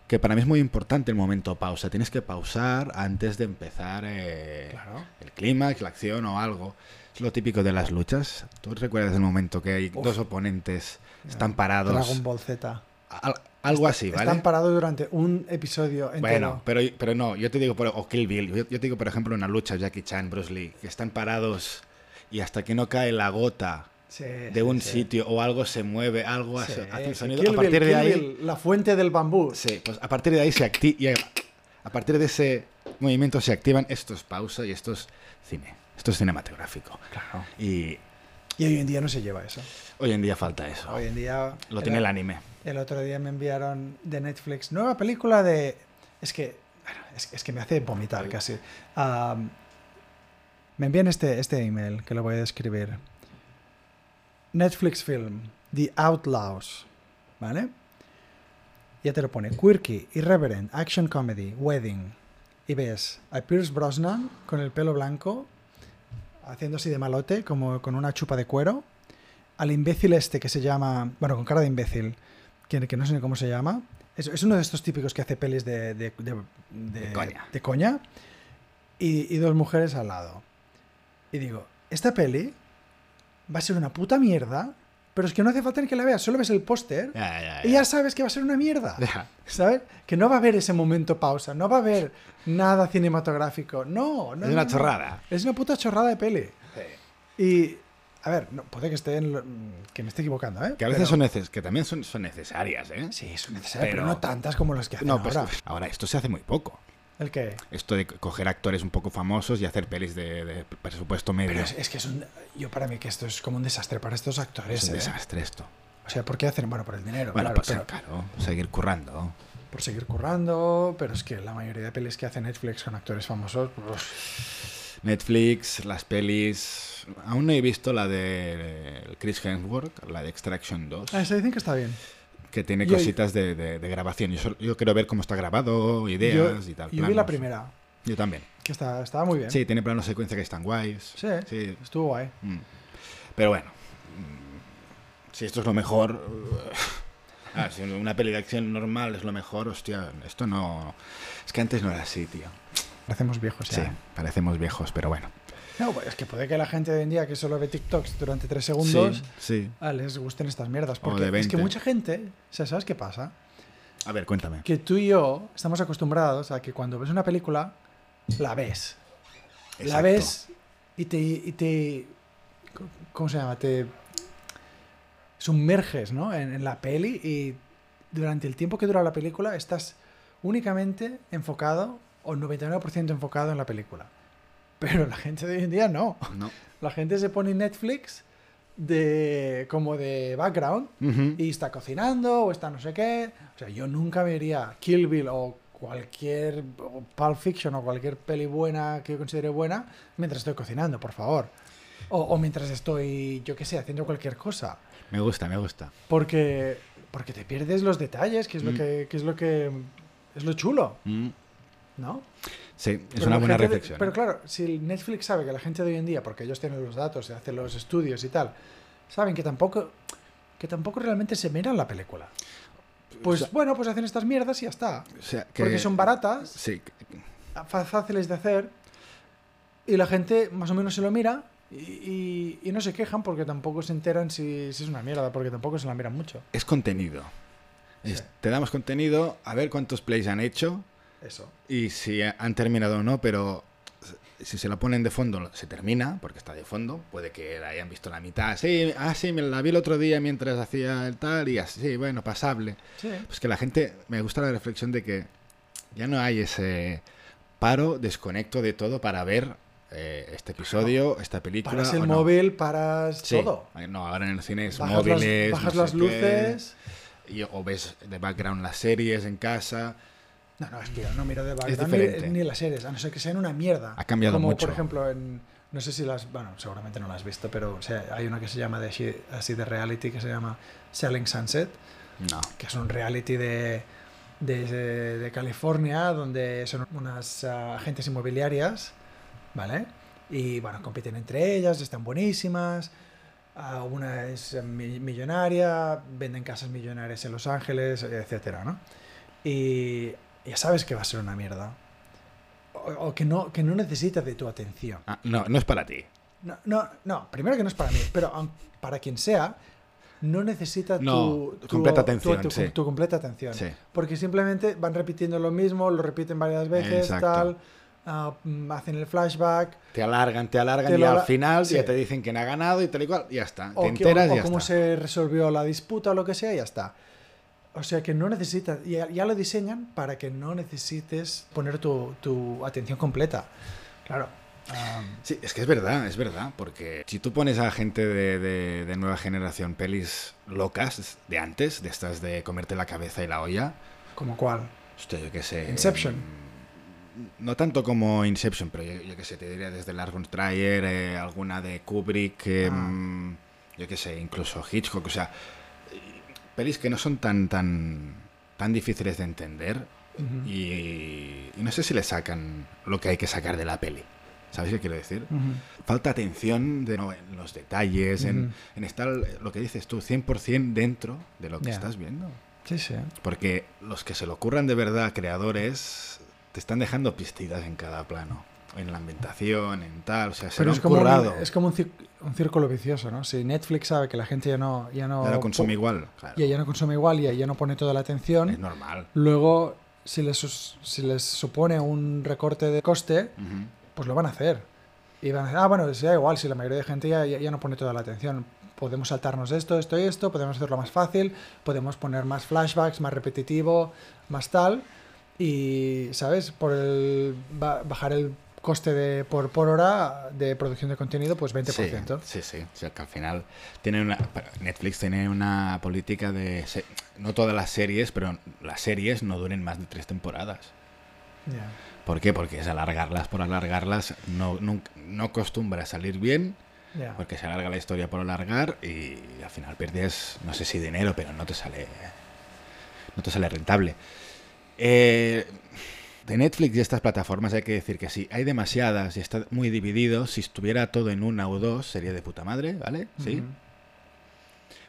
Speaker 1: Que para mí es muy importante el momento pausa. Tienes que pausar antes de empezar eh,
Speaker 2: Claro.
Speaker 1: el clímax, la acción o algo. Es lo típico de las luchas. ¿Tú recuerdas el momento que hay
Speaker 2: Uf. Eh,
Speaker 1: dos oponentes, están parados?
Speaker 2: Dragon Ball Z.
Speaker 1: Al- algo así, ¿vale?
Speaker 2: Están parados durante un episodio entero.
Speaker 1: Bueno, pero, pero no, yo te digo, por- o Kill Bill, yo, yo te digo, por ejemplo, una lucha Jackie Chan, Bruce Lee, que están parados y hasta que no cae la gota
Speaker 2: Sí, sí,
Speaker 1: de un
Speaker 2: sí.
Speaker 1: sitio o algo se mueve, algo
Speaker 2: Sí,
Speaker 1: hace, hace el
Speaker 2: sí.
Speaker 1: sonido,
Speaker 2: Kill
Speaker 1: a
Speaker 2: Bill,
Speaker 1: partir de
Speaker 2: Kill
Speaker 1: ahí,
Speaker 2: Bill, la fuente del bambú.
Speaker 1: sí, pues a partir de ahí se activa, a partir de ese movimiento se activan, esto es pausa y esto es cine, esto es cinematográfico.
Speaker 2: Claro.
Speaker 1: Y
Speaker 2: Y hoy en día no se lleva eso.
Speaker 1: hoy en día falta eso,
Speaker 2: Hoy en día...
Speaker 1: lo tiene el anime.
Speaker 2: El otro día me enviaron de Netflix nueva película de. Es que. bueno, Es, es que me hace vomitar casi. Ah, Am, me envían este, este email que lo voy a describir. Netflix Film, The Outlaws. ¿Vale? Ya te lo pone. Quirky, Irreverent, Action Comedy, Wedding. Y ves a Pierce Brosnan con el pelo blanco, haciendo así de malote, como con una chupa de cuero. Al imbécil este que se llama. Bueno, con cara de imbécil que, que no sé ni cómo se llama. Es, es uno de estos típicos que hace pelis de, de, de- de-
Speaker 1: coña.
Speaker 2: de coña. Y, y dos mujeres al lado. Y digo, esta peli va a ser una puta mierda, pero es que no hace falta ni que la veas, solo ves el póster
Speaker 1: Ya, ya,
Speaker 2: y ya sabes que va a ser una mierda.
Speaker 1: Ya.
Speaker 2: ¿Sabes? Que no va a haber ese momento pausa, no va a haber nada cinematográfico. No, no.
Speaker 1: Es
Speaker 2: no,
Speaker 1: una
Speaker 2: no.
Speaker 1: chorrada.
Speaker 2: Es una puta chorrada de peli. Y, a ver, no, puede que, esté en lo- que me esté equivocando, ¿eh?
Speaker 1: Que a veces
Speaker 2: Pero-
Speaker 1: son neces que también son, son necesarias, ¿eh?
Speaker 2: Sí, son necesarias, pero,
Speaker 1: Pero-
Speaker 2: no tantas como las que hacen
Speaker 1: No, pues
Speaker 2: ahora.
Speaker 1: ahora. esto se hace muy poco.
Speaker 2: ¿El qué?
Speaker 1: Esto de co- coger actores un poco famosos y hacer pelis de, de presupuesto medio.
Speaker 2: Pero es, es que es un... Yo para mí que esto es como un desastre para estos actores,
Speaker 1: Es un
Speaker 2: ¿eh?
Speaker 1: desastre esto.
Speaker 2: O sea, ¿por qué hacen? Bueno, por el dinero,
Speaker 1: Bueno,
Speaker 2: claro,
Speaker 1: pues
Speaker 2: pero
Speaker 1: claro, seguir currando.
Speaker 2: por seguir currando, pero es que la mayoría de pelis que hace Netflix con actores famosos... pues,
Speaker 1: Netflix, las pelis. Aún no he visto la de eh, Chris Hemsworth, la de Extraction 2,
Speaker 2: Ah, se dicen que está bien.
Speaker 1: que tiene
Speaker 2: yo-
Speaker 1: cositas de, de- de grabación. Yo, solo- yo quiero ver cómo está grabado,
Speaker 2: Yo,
Speaker 1: ideas y tal.
Speaker 2: yo vi la
Speaker 1: planos.
Speaker 2: primera,
Speaker 1: Yo también.
Speaker 2: que está, estaba muy bien.
Speaker 1: Sí, tiene planos secuencia que están guays.
Speaker 2: Sí,
Speaker 1: Sí.
Speaker 2: estuvo guay.
Speaker 1: Mm. Pero bueno, mm, si esto es lo mejor. (laughs) ah, si una peli de acción normal es lo mejor, hostia, esto no. Es que antes no era así, tío.
Speaker 2: Parecemos viejos
Speaker 1: Sí,
Speaker 2: ya.
Speaker 1: parecemos viejos, pero bueno.
Speaker 2: No, pues es que puede que la gente de hoy en día que solo ve TikToks durante tres segundos...
Speaker 1: Sí, sí.
Speaker 2: ah, les gusten estas mierdas,
Speaker 1: O de
Speaker 2: porque es
Speaker 1: 20.
Speaker 2: que mucha gente, o sea, ¿sabes qué pasa?
Speaker 1: A ver, cuéntame.
Speaker 2: que tú y yo estamos acostumbrados a que cuando ves una película, la ves. La
Speaker 1: Exacto.
Speaker 2: ves y te, y te- ¿Cómo se llama? Te sumerges ¿no? en, en la peli y durante el tiempo que dura la película estás únicamente enfocado o 99% enfocado en la película. Pero la gente de hoy en día no.
Speaker 1: No.
Speaker 2: La gente se pone Netflix, de como de background
Speaker 1: Ujú.
Speaker 2: y está cocinando o está no sé qué. O sea, yo nunca vería Kill Bill o cualquier o Pulp Fiction o cualquier peli buena que yo considere buena mientras estoy cocinando, por favor. O, o mientras estoy, yo qué sé, haciendo cualquier cosa.
Speaker 1: Me gusta, me gusta.
Speaker 2: Porque, porque te pierdes los detalles, que es, lo
Speaker 1: Mm.
Speaker 2: que, que es lo que es lo chulo,
Speaker 1: Mm.
Speaker 2: ¿no?
Speaker 1: Sí, es
Speaker 2: Pero
Speaker 1: una
Speaker 2: la
Speaker 1: buena
Speaker 2: gente de-
Speaker 1: reflexión.
Speaker 2: pero
Speaker 1: ¿eh?
Speaker 2: claro, si el Netflix sabe que la gente de hoy en día, porque ellos tienen los datos, y hacen los estudios y tal, saben que tampoco que tampoco realmente se miran la película. Pues
Speaker 1: O sea-
Speaker 2: bueno, pues hacen estas mierdas y ya está.
Speaker 1: O sea, que-
Speaker 2: Porque son baratas,
Speaker 1: Sí, que- que-
Speaker 2: fa- fáciles de hacer, y la gente más o menos se lo mira y, y- y no se quejan porque tampoco se enteran si, si es una mierda, porque tampoco se la miran mucho.
Speaker 1: es contenido. Es- te damos contenido, a ver cuántos plays han hecho
Speaker 2: Eso.
Speaker 1: y si han terminado o no, pero si se la ponen de fondo, se termina, porque está de fondo. Puede que la hayan visto la mitad. Sí, ah, sí, me la vi el otro día mientras hacía el tal y así, bueno, pasable.
Speaker 2: Sí.
Speaker 1: Pues que la gente, me gusta la reflexión de que ya no hay ese paro, desconecto de todo para ver eh, este episodio, esta película.
Speaker 2: Paras
Speaker 1: o
Speaker 2: el
Speaker 1: no.
Speaker 2: móvil, paras
Speaker 1: Sí.
Speaker 2: todo.
Speaker 1: Ay, No, ahora en el cine es
Speaker 2: Bajas las-
Speaker 1: móviles, no
Speaker 2: bajas
Speaker 1: sé
Speaker 2: las
Speaker 1: qué,
Speaker 2: luces.
Speaker 1: y- o ves de background las series en casa.
Speaker 2: No, no, es que yo no miro de
Speaker 1: Es
Speaker 2: Bagdad
Speaker 1: diferente.
Speaker 2: ni, ni las series, a no ser que sean una mierda.
Speaker 1: Ha cambiado
Speaker 2: Como,
Speaker 1: mucho.
Speaker 2: por ejemplo, en. No sé si las. Bueno, seguramente no las has visto, pero o sea, hay una que se llama de así, así de reality que se llama Selling Sunset,
Speaker 1: No.
Speaker 2: que es un reality de. de, de- de California, donde son unas ah, agentes inmobiliarias, ¿vale? Y bueno, compiten entre ellas, están buenísimas. ah, una es eh, mi- millonaria, venden casas millonarias en Los Ángeles, etcétera, ¿no? y ya sabes que va a ser una mierda. O, o que, no, que no necesitas de tu atención.
Speaker 1: Ah, no, no es para ti.
Speaker 2: No, no, no, primero que no es para mí, pero aun- para quien sea, no necesita
Speaker 1: No,
Speaker 2: tu, tu-
Speaker 1: completa
Speaker 2: tu-
Speaker 1: atención,
Speaker 2: tu-
Speaker 1: sí.
Speaker 2: tu completa atención.
Speaker 1: Sí.
Speaker 2: Porque simplemente van repitiendo lo mismo, lo repiten varias veces,
Speaker 1: Exacto.
Speaker 2: tal, ah, mm, hacen el flashback.
Speaker 1: Te alargan, te alargan
Speaker 2: Te
Speaker 1: y
Speaker 2: lo
Speaker 1: al
Speaker 2: ala-
Speaker 1: final
Speaker 2: sí.
Speaker 1: ya te dicen quién ha ganado y tal y cual. Ya está.
Speaker 2: o,
Speaker 1: te
Speaker 2: que-
Speaker 1: enteras
Speaker 2: o- o
Speaker 1: y ya
Speaker 2: cómo
Speaker 1: está.
Speaker 2: se resolvió la disputa o lo que sea, y ya está. O sea que no necesitas, ya, ya lo diseñan para que no necesites poner tu, tu atención completa. Claro. ah, am,
Speaker 1: Sí, es que es verdad, es verdad, porque si tú pones a gente de, de- de nueva generación pelis locas de antes, de estas de comerte la cabeza y la olla,
Speaker 2: ¿Como cuál?
Speaker 1: hostia, yo qué sé.
Speaker 2: Inception.
Speaker 1: mm, No tanto como Inception, pero yo, yo qué sé, te diría desde Lars von Trier, eh, alguna de Kubrick, eh,
Speaker 2: Ah.
Speaker 1: mm, yo qué sé, incluso Hitchcock, o sea, eh, pelis que no son tan, tan, tan difíciles de entender
Speaker 2: Ujú.
Speaker 1: y, y no sé si le sacan lo que hay que sacar de la peli. ¿Sabes qué quiero decir?
Speaker 2: Ujú.
Speaker 1: falta atención de, no, en los detalles, en,
Speaker 2: Ujú.
Speaker 1: en estar, lo que dices tú, 100% dentro de lo que
Speaker 2: Ya.
Speaker 1: estás viendo.
Speaker 2: Sí, sí.
Speaker 1: Porque los que se lo ocurran de verdad, creadores, te están dejando pistidas en cada plano. En la ambientación, en tal, o sea, se
Speaker 2: Pero
Speaker 1: lo
Speaker 2: es
Speaker 1: han
Speaker 2: como,
Speaker 1: currado.
Speaker 2: un, es como un, cir- un círculo vicioso, ¿no? Si Netflix sabe que la gente ya no... Ya no,
Speaker 1: Ya lo consume igual, claro.
Speaker 2: Ya, ya no consume igual y ya no pone toda la atención,
Speaker 1: Es normal.
Speaker 2: luego si les, sus- si les supone un recorte de coste,
Speaker 1: Ujú.
Speaker 2: pues lo van a hacer. Y van a decir, ah, bueno, si da igual, si la mayoría de gente ya, ya, ya no pone toda la atención. Podemos saltarnos esto, esto y esto, podemos hacerlo más fácil, podemos poner más flashbacks, más repetitivo, más tal. Y, ¿sabes? Por el, ba- bajar el coste de, por, por hora de producción de contenido, pues 20%.
Speaker 1: Sí, sí, sí. O sea, que al final tienen una, pero Netflix tiene una política de... se- No todas las series, pero las series no duren más de tres temporadas.
Speaker 2: Ya.
Speaker 1: ¿Por qué? Porque es alargarlas por alargarlas. No, nunca- no acostumbra a salir bien,
Speaker 2: ya.
Speaker 1: porque se alarga la historia por alargar y al final pierdes, no sé si dinero, pero no te sale, no te sale rentable. Eh, de Netflix y estas plataformas hay que decir que sí, hay demasiadas y está muy dividido. Si estuviera todo en una o dos sería de puta madre, ¿vale? Sí.
Speaker 2: Ujú.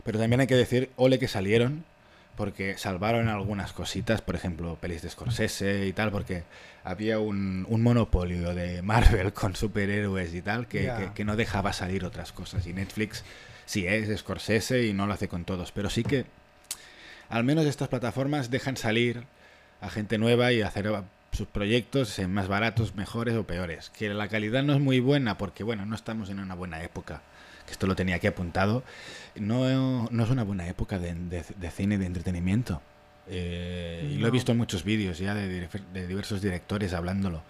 Speaker 1: Pero también hay que decir, ole que salieron, porque salvaron algunas cositas, por ejemplo, pelis de Scorsese y tal, porque había un, un monopolio de Marvel con superhéroes y tal, que,
Speaker 2: Ya.
Speaker 1: que- que no dejaba salir otras cosas. Y Netflix sí es Scorsese y no lo hace con todos, pero sí que al menos estas plataformas dejan salir a gente nueva y hacer sus proyectos eh, más baratos, mejores o peores. Que la calidad no es muy buena porque, bueno, no estamos en una buena época. Que esto lo tenía aquí apuntado. No, no es una buena época de, de- de cine, de entretenimiento. Eh, Y lo he
Speaker 2: No.
Speaker 1: visto en muchos vídeos ya de, dir- de diversos directores hablándolo.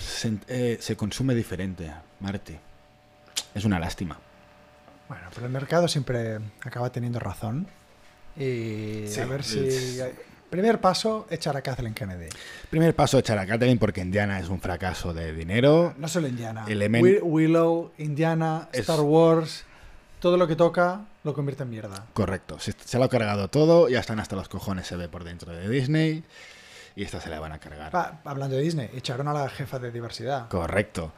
Speaker 1: Se, eh, se consume diferente, Marty. Es una lástima.
Speaker 2: Bueno, pero el mercado siempre acaba teniendo razón. Y
Speaker 1: Sí,
Speaker 2: a ver si.
Speaker 1: es-
Speaker 2: Primer paso, echar a Kathleen Kennedy.
Speaker 1: Primer paso, echar a Kathleen porque Indiana es un fracaso de dinero.
Speaker 2: No solo Indiana.
Speaker 1: Element-
Speaker 2: Wi- Willow, Indiana,
Speaker 1: Es-
Speaker 2: Star Wars. Todo lo que toca lo convierte en mierda.
Speaker 1: Correcto, se, se lo ha cargado todo, ya están hasta los cojones, se ve por dentro de Disney y esta se la van a cargar.
Speaker 2: Pa- hablando de Disney, echaron a la jefa de diversidad.
Speaker 1: Correcto.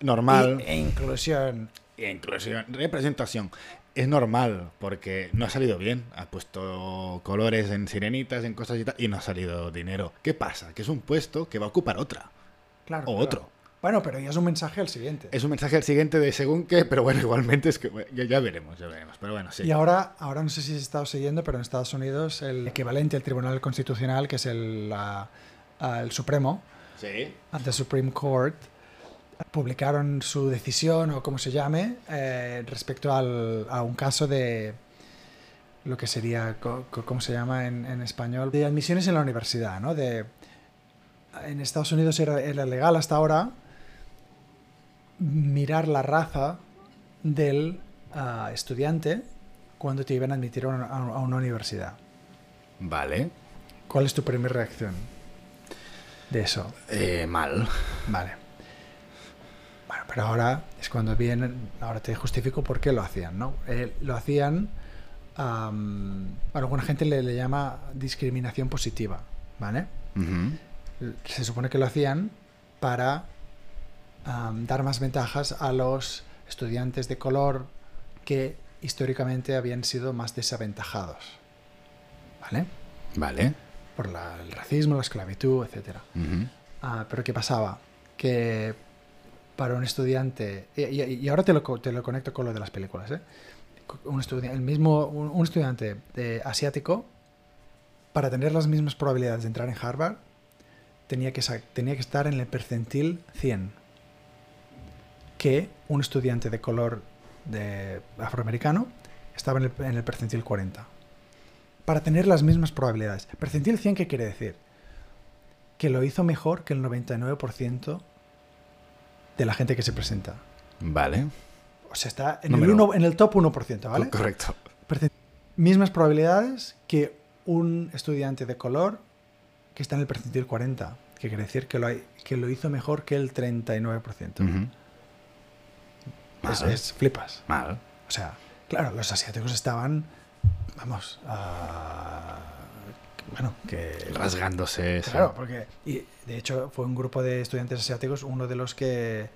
Speaker 1: Normal.
Speaker 2: Y- e inclusión.
Speaker 1: eh, Inclusión, representación. Es normal, porque no ha salido bien. Ha puesto colores en sirenitas, en cosas y tal, y no ha salido dinero. ¿Qué pasa? Que es un puesto que va a ocupar otra.
Speaker 2: Claro.
Speaker 1: O
Speaker 2: claro.
Speaker 1: otro.
Speaker 2: Bueno, pero ya es un mensaje al siguiente.
Speaker 1: Es un mensaje al siguiente de según qué, pero bueno, (laughs) igualmente es que bueno, ya, ya veremos, ya veremos. Pero bueno, sí.
Speaker 2: Y ahora, ahora no sé si has estado siguiendo, pero en Estados Unidos el equivalente al Tribunal Constitucional, que es el, ah, ah, el Supremo,
Speaker 1: Sí.
Speaker 2: the Supreme Court, publicaron su decisión o como se llame eh, respecto al- a un caso de lo que sería, co- co- ¿cómo se llama en, en español? De admisiones en la universidad, ¿no? De, en Estados Unidos era, era legal hasta ahora mirar la raza del ah, estudiante cuando te iban a admitir a una- a una universidad.
Speaker 1: Vale.
Speaker 2: ¿Cuál es tu primera reacción de eso?
Speaker 1: Eh, mal.
Speaker 2: Vale. Bueno, pero ahora es cuando vienen. Ahora te justifico por qué lo hacían, ¿no? Eh, lo hacían. am, a alguna gente le, le llama discriminación positiva, ¿vale?
Speaker 1: Ujú.
Speaker 2: Se supone que lo hacían para am, dar más ventajas a los estudiantes de color que históricamente habían sido más desaventajados, ¿vale?
Speaker 1: Vale.
Speaker 2: Por la- el racismo, la esclavitud, etcétera.
Speaker 1: Ujú.
Speaker 2: Ah, pero ¿qué pasaba? Que para un estudiante, y, y- y ahora te lo, co- te lo conecto con lo de las películas, ¿eh? Co- Un estudi- el mismo, un, un estudiante de asiático, para tener las mismas probabilidades de entrar en Harvard, tenía que, sa- tenía que estar en el percentil 100 que un estudiante de color de afroamericano estaba en el, en el percentil 40. Para tener las mismas probabilidades. ¿Percentil 100 qué quiere decir? que lo hizo mejor que el 99% de la gente que se presenta.
Speaker 1: Vale.
Speaker 2: O sea, está en, el,
Speaker 1: Número-
Speaker 2: uno- en el top 1%, ¿vale?
Speaker 1: Correcto.
Speaker 2: Perce- Mismas probabilidades que un estudiante de color que está en el percentil 40, que quiere decir que lo, hay- que lo hizo mejor que el 39%.
Speaker 1: Ujú.
Speaker 2: Es-
Speaker 1: Mal.
Speaker 2: es flipas.
Speaker 1: Mal.
Speaker 2: O sea, claro, los asiáticos estaban, vamos, ah, bueno, que
Speaker 1: Rasgándose. sí.
Speaker 2: eh, Claro, porque y, de hecho fue un grupo de estudiantes asiáticos uno de los que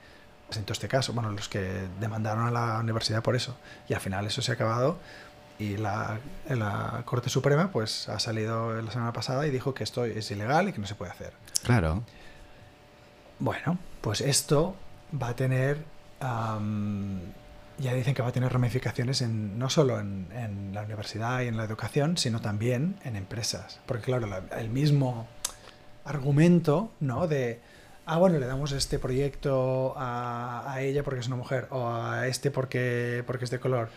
Speaker 2: presentó este caso, bueno, los que demandaron a la universidad por eso. Y al final eso se ha acabado y la, la Corte Suprema pues ha salido la semana pasada y dijo que esto es ilegal y que no se puede hacer.
Speaker 1: Claro.
Speaker 2: Bueno, pues esto va a tener, am, ya dicen que va a tener ramificaciones en, no solo en, en la universidad y en la educación, sino también en empresas. Porque claro, la- el mismo argumento, ¿no? De, ah, bueno, le damos este proyecto a, a ella porque es una mujer, o a este porque, porque es de color,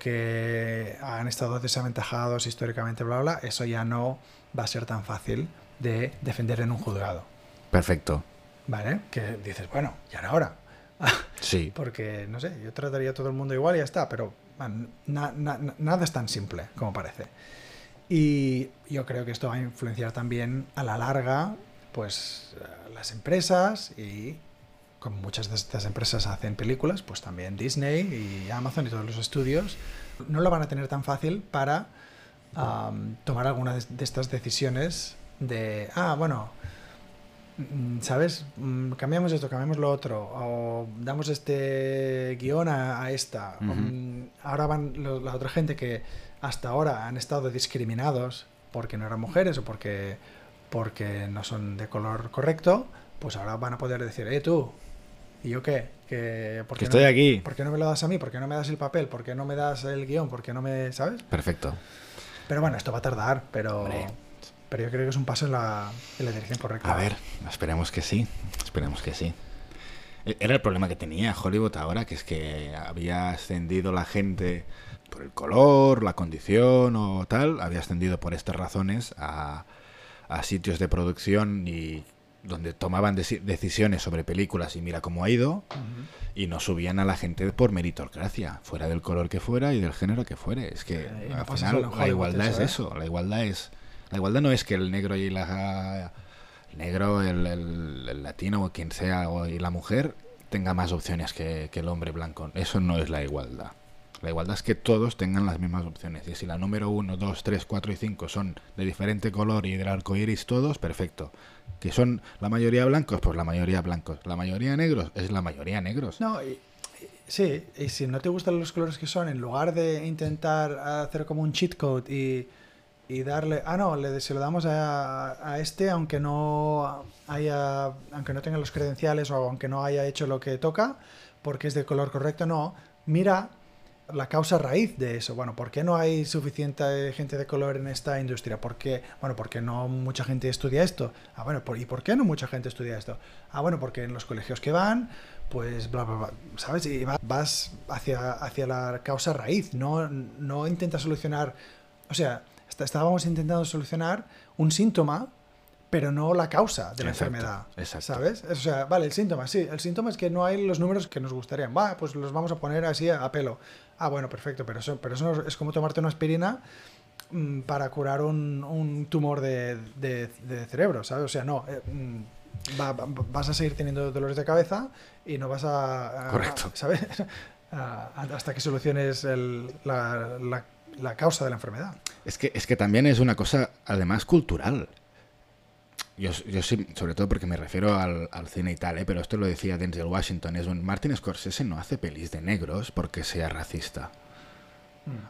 Speaker 2: porque han estado desaventajados históricamente, bla, bla, bla, eso ya no va a ser tan fácil de defender en un juzgado.
Speaker 1: Perfecto.
Speaker 2: ¿Vale? Que dices, bueno, ya era (laughs) hora.
Speaker 1: Sí.
Speaker 2: Porque, no sé, yo trataría a todo el mundo igual y ya está, pero man, na- na- na- nada es tan simple como parece. Y yo creo que esto va a influenciar también a la larga, pues, a las empresas y como muchas de estas empresas hacen películas, pues también Disney y Amazon y todos los estudios, no lo van a tener tan fácil para am, tomar alguna de- de estas decisiones de, ah, bueno, Mm, ¿Sabes? Mm, Cambiamos esto, cambiamos lo otro. O damos este guión a, a esta. o,
Speaker 1: Ujú.
Speaker 2: mm, Ahora van lo- la otra gente que hasta ahora han estado discriminados porque no eran mujeres o porque, porque no son de color correcto. Pues ahora van a poder decir, eh, tú, ¿y yo qué? ¿Que, por
Speaker 1: Que
Speaker 2: qué no-
Speaker 1: estoy aquí.
Speaker 2: ¿Por qué no me lo das a mí? ¿Por qué no me das el papel? ¿Por qué no me das el guión? ¿Por qué no me. ¿Sabes?
Speaker 1: Perfecto.
Speaker 2: Pero bueno, esto va a tardar, pero.
Speaker 1: Hombre.
Speaker 2: Pero yo creo que es un paso en la, en la dirección correcta.
Speaker 1: A ver, esperemos que sí. Esperemos que sí. E- Era el problema que tenía Hollywood ahora, que es que había ascendido la gente por el color, la condición o tal, había ascendido por estas razones a, a sitios de producción y donde tomaban deci- decisiones sobre películas y mira cómo ha ido, y no subían a la gente por meritocracia, fuera del color que fuera y del género que fuere. Es que
Speaker 2: Eh,
Speaker 1: al
Speaker 2: no pasa
Speaker 1: final
Speaker 2: solo en
Speaker 1: la
Speaker 2: Hollywood
Speaker 1: igualdad
Speaker 2: eso,
Speaker 1: es
Speaker 2: ¿eh?
Speaker 1: eso, la igualdad es la igualdad no es que el negro y la el negro, el, el- el latino o quien sea o- y la mujer tenga más opciones que, que el hombre blanco. Eso no es la igualdad. La igualdad es que todos tengan las mismas opciones. Y si la número 1, 2, 3, 4 y 5 son de diferente color y del arco iris todos, perfecto. Que son la mayoría blancos, pues la mayoría blancos. La mayoría negros, es la mayoría negros.
Speaker 2: No, y- y- sí, y si no te gustan los colores que son, en lugar de intentar hacer como un cheat code y, y darle, ah, no, le, se lo damos a, a este aunque no haya, aunque no tenga los credenciales o aunque no haya hecho lo que toca, porque es de color correcto, no, mira la causa raíz de eso. Bueno, ¿por qué no hay suficiente gente de color en esta industria? ¿Por qué? Bueno, porque no mucha gente estudia esto. Ah, bueno, por- ¿y por qué no mucha gente estudia esto? Ah, bueno, porque en los colegios que van, pues bla, bla, bla, ¿sabes? Y va- vas hacia, hacia la causa raíz, no, no intentas solucionar, o sea, est- estábamos intentando solucionar un síntoma, pero no la causa de la
Speaker 1: Exacto,
Speaker 2: enfermedad,
Speaker 1: exacto.
Speaker 2: ¿sabes? O sea, vale, el síntoma, sí, el síntoma es que no hay los números que nos gustarían, va, pues los vamos a poner así a, a pelo. Ah, bueno, perfecto, pero eso, pero eso es como tomarte una aspirina mm, para curar un, un tumor de, de- de cerebro, ¿sabes? O sea, no, eh, mm, va- va- vas a seguir teniendo dolores de cabeza y no vas a... a-
Speaker 1: Correcto.
Speaker 2: ¿Sabes? (laughs) A- hasta que soluciones el- la, la- la causa de la enfermedad.
Speaker 1: Es que, es que también es una cosa, además, cultural. Yo, yo sí, sobre todo porque me refiero al, al cine y tal, ¿eh? pero esto lo decía Denzel Washington, es un Martin Scorsese no hace pelis de negros porque sea racista.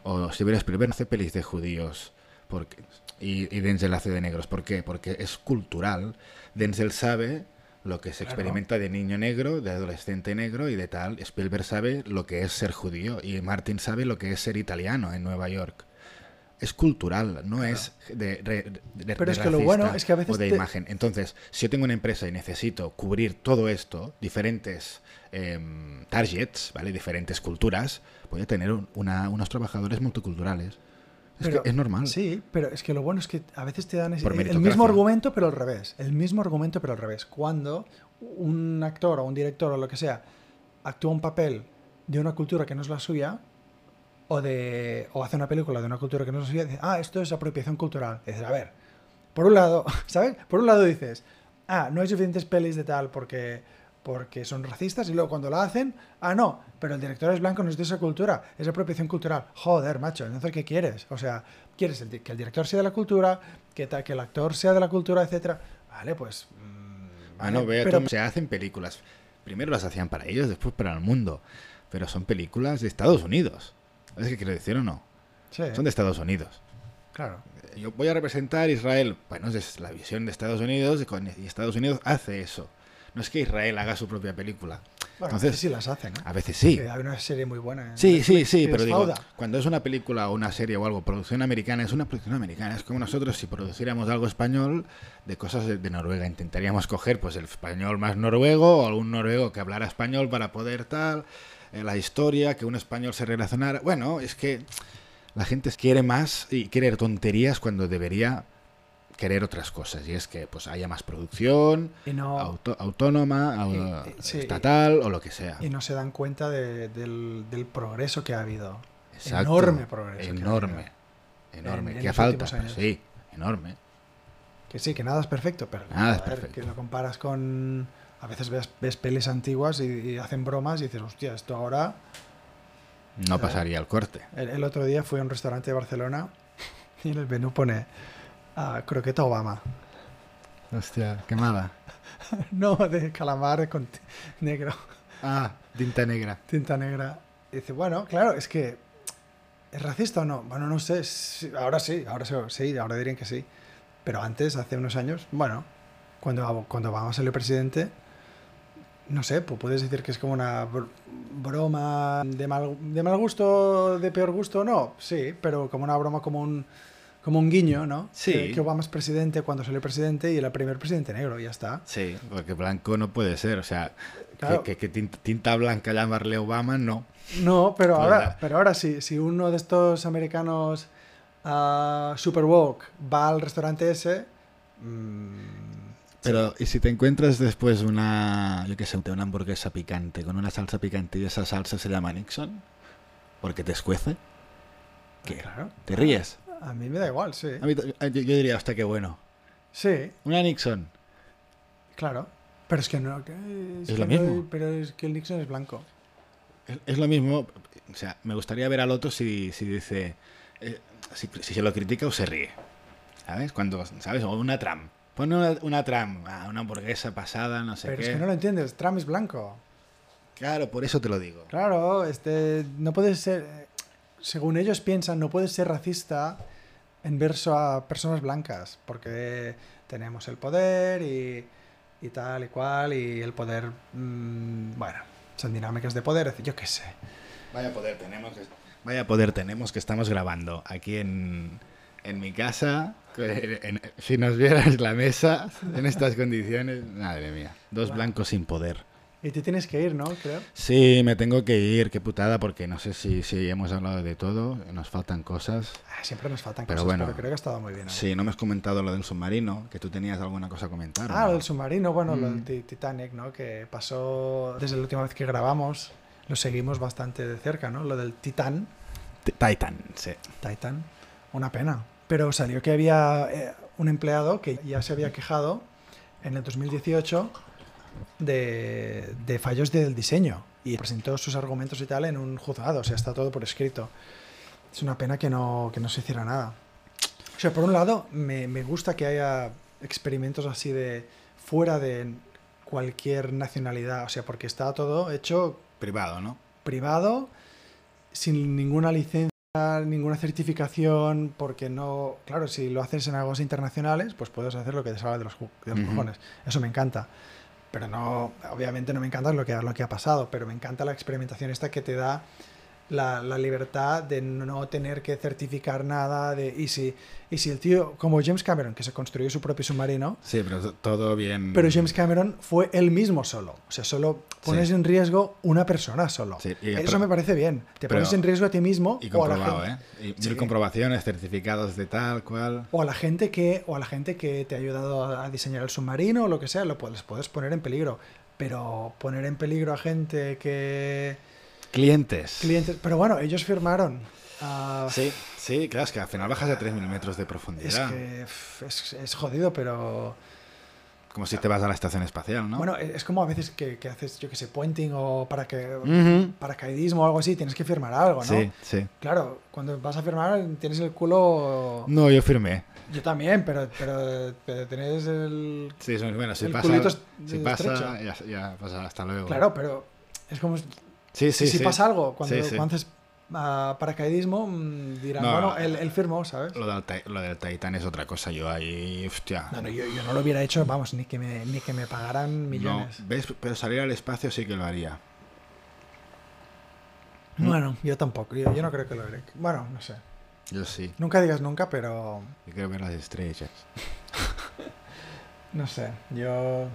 Speaker 1: O Steven Spielberg no hace pelis de judíos porque, y, y Denzel hace de negros. ¿Por qué? Porque es cultural. Denzel sabe lo que se experimenta de niño negro, de adolescente negro y de tal. Spielberg sabe lo que es ser judío y Martin sabe lo que es ser italiano en Nueva York es cultural, no es de, re- de-
Speaker 2: Pero
Speaker 1: de
Speaker 2: es que lo
Speaker 1: racista
Speaker 2: bueno es que a veces
Speaker 1: o de
Speaker 2: te-
Speaker 1: imagen. Entonces, si yo tengo una empresa y necesito cubrir todo esto, diferentes em, targets, ¿vale? Diferentes culturas, voy a tener un- una- unos trabajadores multiculturales. Es,
Speaker 2: Pero-
Speaker 1: que es normal.
Speaker 2: Sí, pero es que lo bueno es que a veces te dan ese-
Speaker 1: Por
Speaker 2: el
Speaker 1: meritocracia.
Speaker 2: mismo argumento, pero al revés. El mismo argumento, pero al revés. Cuando un actor o un director o lo que sea actúa un papel de una cultura que no es la suya, o, de, o hace una película de una cultura que no es la suya, dice, ah, esto es apropiación cultural. Dices, a ver, por un lado, (laughs) ¿sabes? Por un lado dices, ah, no hay suficientes pelis de tal porque, porque son racistas y luego cuando la hacen, ah, no, pero el director es blanco, no es de esa cultura, es apropiación cultural. Joder, macho, entonces ¿qué quieres? O sea, quieres el di- que el director sea de la cultura, que, ta- que el actor sea de la cultura, etcétera. Vale, pues... mm,
Speaker 1: Ah, no,
Speaker 2: vale,
Speaker 1: vea
Speaker 2: pero,
Speaker 1: cómo se hacen películas. Primero las hacían para ellos, después para el mundo. Pero son películas de Estados Unidos. ¿Sabes qué quiero decir o no?
Speaker 2: sí,
Speaker 1: Son de Estados Unidos.
Speaker 2: claro.
Speaker 1: yo voy a representar a Israel. Bueno, esa es la visión de Estados Unidos y con- y Estados Unidos hace eso. No es que Israel haga su propia película.
Speaker 2: Bueno,
Speaker 1: Entonces,
Speaker 2: sí las hacen, ¿no?
Speaker 1: A veces sí.
Speaker 2: Que Hay una serie muy buena. en
Speaker 1: Sí, sí, sí,
Speaker 2: que
Speaker 1: pero
Speaker 2: Ah, es
Speaker 1: digo,
Speaker 2: Fauda.
Speaker 1: cuando es una película o una serie o algo, producción americana, es una producción americana. Es como nosotros si produciéramos algo español de cosas de, de Noruega. Intentaríamos coger pues el español más noruego o algún noruego que hablara español para poder tal, eh, la historia, que un español se relacionara. Bueno, es que la gente quiere más y quiere tonterías cuando debería querer otras cosas. Y es que pues haya más producción,
Speaker 2: Y no...
Speaker 1: auto- autónoma, au-
Speaker 2: Y- y- sí, y-
Speaker 1: estatal o lo que sea.
Speaker 2: y no se dan cuenta de- del, del progreso que ha habido.
Speaker 1: Exacto.
Speaker 2: Enorme progreso. que ha
Speaker 1: Enorme.
Speaker 2: habido.
Speaker 1: Enorme.
Speaker 2: En- en
Speaker 1: ¿Qué
Speaker 2: los
Speaker 1: falta?
Speaker 2: últimos años.
Speaker 1: Pues sí, enorme.
Speaker 2: Que sí, que nada es perfecto, pero
Speaker 1: Nada es
Speaker 2: joder,
Speaker 1: perfecto.
Speaker 2: que lo comparas con... A veces ves, ves pelis antiguas y, y hacen bromas y dices, hostia, esto ahora...
Speaker 1: No pasaría el corte.
Speaker 2: El, el otro día fui a un restaurante de Barcelona (laughs) y en el menú pone ah, croqueta Obama. (laughs)
Speaker 1: Hostia, quemada.
Speaker 2: No, de calamar con t- negro,
Speaker 1: Ah, tinta negra.
Speaker 2: tinta negra. Y dice, bueno, claro, es que... ¿Es racista o no? Bueno, no sé. sí, ahora sí, ahora sí, sí, ahora dirían que sí. Pero antes, hace unos años, bueno, cuando, cuando Obama salió presidente, no sé, pues puedes decir que es como una br- broma de mal, de mal gusto, de peor gusto, no, sí, pero como una broma, como un, como un guiño, ¿no?
Speaker 1: Sí.
Speaker 2: Que, que Obama es presidente cuando salió presidente y era el primer presidente negro, y ya está.
Speaker 1: Sí, porque blanco no puede ser. O sea, que-
Speaker 2: Claro.
Speaker 1: que, que tinta, tinta blanca llamarle Obama, no.
Speaker 2: No, pero
Speaker 1: Pues
Speaker 2: ahora,
Speaker 1: la-
Speaker 2: pero ahora sí, si uno de estos americanos ah, super woke va al restaurante ese, mm,
Speaker 1: Pero, ¿y si te encuentras después una, yo qué sé, una hamburguesa picante con una salsa picante y esa salsa se llama Nixon? Porque te escuece. ¿Qué?
Speaker 2: Claro.
Speaker 1: ¿Te ríes?
Speaker 2: A mí me da igual, sí.
Speaker 1: A mí t- a- yo yo diría, hasta qué bueno.
Speaker 2: Sí,
Speaker 1: Una Nixon.
Speaker 2: claro. Pero es que no. que- Es,
Speaker 1: Es
Speaker 2: que
Speaker 1: lo
Speaker 2: no-
Speaker 1: mismo.
Speaker 2: pero es que el Nixon es blanco.
Speaker 1: Es, es lo mismo. O sea, me gustaría ver al otro si, si dice. eh, si, si se lo critica o se ríe. ¿Sabes? Cuando, ¿sabes? O una tram. Pone una, una tram. Ah, una hamburguesa pasada, no sé
Speaker 2: Pero
Speaker 1: qué.
Speaker 2: es que no lo entiendes. Trump es blanco.
Speaker 1: Claro, por eso te lo digo.
Speaker 2: Claro, este, no puedes ser. Según ellos piensan, no puedes ser racista en verso a personas blancas, porque tenemos el poder y, y tal y cual, y el poder. mm, bueno, son dinámicas de poder, yo qué sé.
Speaker 1: Vaya poder tenemos que, vaya poder tenemos que estamos grabando aquí en, en mi casa. que- en- si nos vieras la mesa en estas condiciones, madre mía, dos blancos sin poder.
Speaker 2: Y te tienes que ir, ¿no? Creo.
Speaker 1: Sí, me tengo que ir, qué putada, porque no sé si, si hemos hablado de todo, nos faltan cosas.
Speaker 2: Ah, siempre nos faltan
Speaker 1: Pero
Speaker 2: cosas,
Speaker 1: bueno.
Speaker 2: pero creo que ha estado muy bien. hoy.
Speaker 1: Sí, no me has comentado lo del submarino, que tú tenías alguna cosa a comentar. ¿o
Speaker 2: Ah,
Speaker 1: no?
Speaker 2: el submarino, bueno, lo
Speaker 1: Mm.
Speaker 2: del Ti- Titanic, ¿no? Que pasó desde la última vez que grabamos, lo seguimos bastante de cerca, ¿no? Lo del Titán,
Speaker 1: T- Titan, sí.
Speaker 2: Titan, una pena. Pero salió que había eh, un empleado que ya se había quejado en el 2018 de, de fallos del diseño y presentó sus argumentos y tal en un juzgado, o sea, está todo por escrito. Es una pena que no, que no se hiciera nada. O sea, por un lado, me, me gusta que haya experimentos así de fuera de cualquier nacionalidad, o sea, porque está todo hecho
Speaker 1: Privado, ¿no?
Speaker 2: privado, sin ninguna licencia, ninguna certificación, porque no. Claro, si lo haces en aguas internacionales, pues puedes hacer lo que te salga de los, ju- de los
Speaker 1: Ujú.
Speaker 2: cojones. Eso me encanta. Pero no, obviamente no me encanta lo que, ha- lo que ha pasado, pero me encanta la experimentación esta que te da la, la libertad de no tener que certificar nada. De, y, si, y si el tío, como James Cameron, que se construyó su propio submarino,
Speaker 1: Sí, pero t- todo bien.
Speaker 2: pero James Cameron fue él mismo solo. O sea, solo pones
Speaker 1: Sí.
Speaker 2: en riesgo una persona solo.
Speaker 1: Sí, y-
Speaker 2: Eso
Speaker 1: pero-
Speaker 2: me parece bien. Te
Speaker 1: pero-
Speaker 2: pones en riesgo a ti mismo
Speaker 1: Y
Speaker 2: o a la
Speaker 1: comprobado,
Speaker 2: gente.
Speaker 1: ¿eh? Y mil
Speaker 2: Sí.
Speaker 1: comprobaciones, certificados de tal, cual.
Speaker 2: O a la gente que, o a la gente que te ha ayudado a a diseñar el submarino o lo que sea, lo puedes, puedes poner en peligro. Pero poner en peligro a gente que.
Speaker 1: Clientes.
Speaker 2: Clientes. Pero bueno, ellos firmaron. Ah,
Speaker 1: Sí, sí, claro, es que al final bajas a 3.000 metros de profundidad.
Speaker 2: es que pf, es- es jodido, pero.
Speaker 1: Como si te vas a la estación espacial, ¿no?
Speaker 2: Bueno, es es como a veces que, que haces, yo que sé, puenting o para que,
Speaker 1: Ujú.
Speaker 2: paracaidismo o algo así, tienes que firmar algo, ¿no?
Speaker 1: Mm. Sí, sí.
Speaker 2: Claro, cuando vas a firmar tienes el culo.
Speaker 1: No, yo firmé.
Speaker 2: Yo también, pero, pero, pero tenés el.
Speaker 1: Sí, eso es bueno, si
Speaker 2: El
Speaker 1: pasa,
Speaker 2: culito es-
Speaker 1: si
Speaker 2: es
Speaker 1: pasa ya, ya pasa hasta luego.
Speaker 2: Claro, pero es como.
Speaker 1: sí, sí,
Speaker 2: si
Speaker 1: sí.
Speaker 2: pasa algo, cuando,
Speaker 1: Sí, sí.
Speaker 2: cuando haces ah, paracaidismo, mm, dirán,
Speaker 1: No,
Speaker 2: bueno,
Speaker 1: no.
Speaker 2: él, él firmó, ¿sabes?
Speaker 1: Lo del, Ti- lo del Titan es otra cosa. Yo ahí, hostia.
Speaker 2: No, no, yo, yo no lo hubiera hecho, vamos, ni que me, ni que me pagaran millones.
Speaker 1: No, ¿Ves? Pero salir al espacio sí que lo haría. Mm.
Speaker 2: Bueno, yo tampoco, yo, yo no creo que lo haré. Bueno, no sé.
Speaker 1: Yo sí.
Speaker 2: Nunca digas nunca, pero.
Speaker 1: Yo quiero ver las estrellas.
Speaker 2: No sé, yo.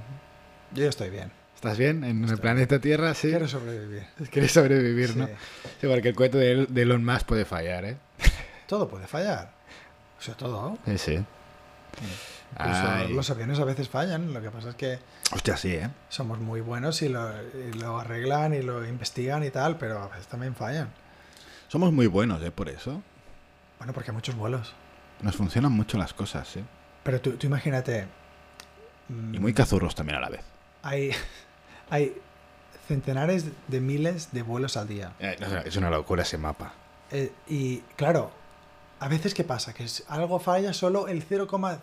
Speaker 2: Yo estoy bien.
Speaker 1: ¿Estás bien? En el planeta Tierra, sí.
Speaker 2: Quiero sobrevivir.
Speaker 1: (laughs) Quieres sobrevivir,
Speaker 2: Sí.
Speaker 1: ¿no? Sí, porque el cuento de, de Elon Musk puede fallar, ¿eh?
Speaker 2: Todo puede fallar. O sea, todo.
Speaker 1: Sí, sí.
Speaker 2: Incluso
Speaker 1: Ay.
Speaker 2: los aviones a veces fallan, lo que pasa es que
Speaker 1: Hostia, sí, ¿eh?
Speaker 2: somos muy buenos y lo, y lo arreglan y lo investigan y tal, pero a veces también fallan.
Speaker 1: Somos muy buenos, ¿eh? Por eso.
Speaker 2: Bueno, porque hay muchos vuelos.
Speaker 1: Nos funcionan mucho las cosas, ¿eh?
Speaker 2: Pero tú, tú imagínate, mm,
Speaker 1: Y muy cazurros también a la vez.
Speaker 2: hay, (laughs) hay centenares de miles de vuelos al día.
Speaker 1: Eh, no, Es una locura ese mapa.
Speaker 2: Eh, y claro, a veces ¿qué pasa? Que es- algo falla solo el 0,01%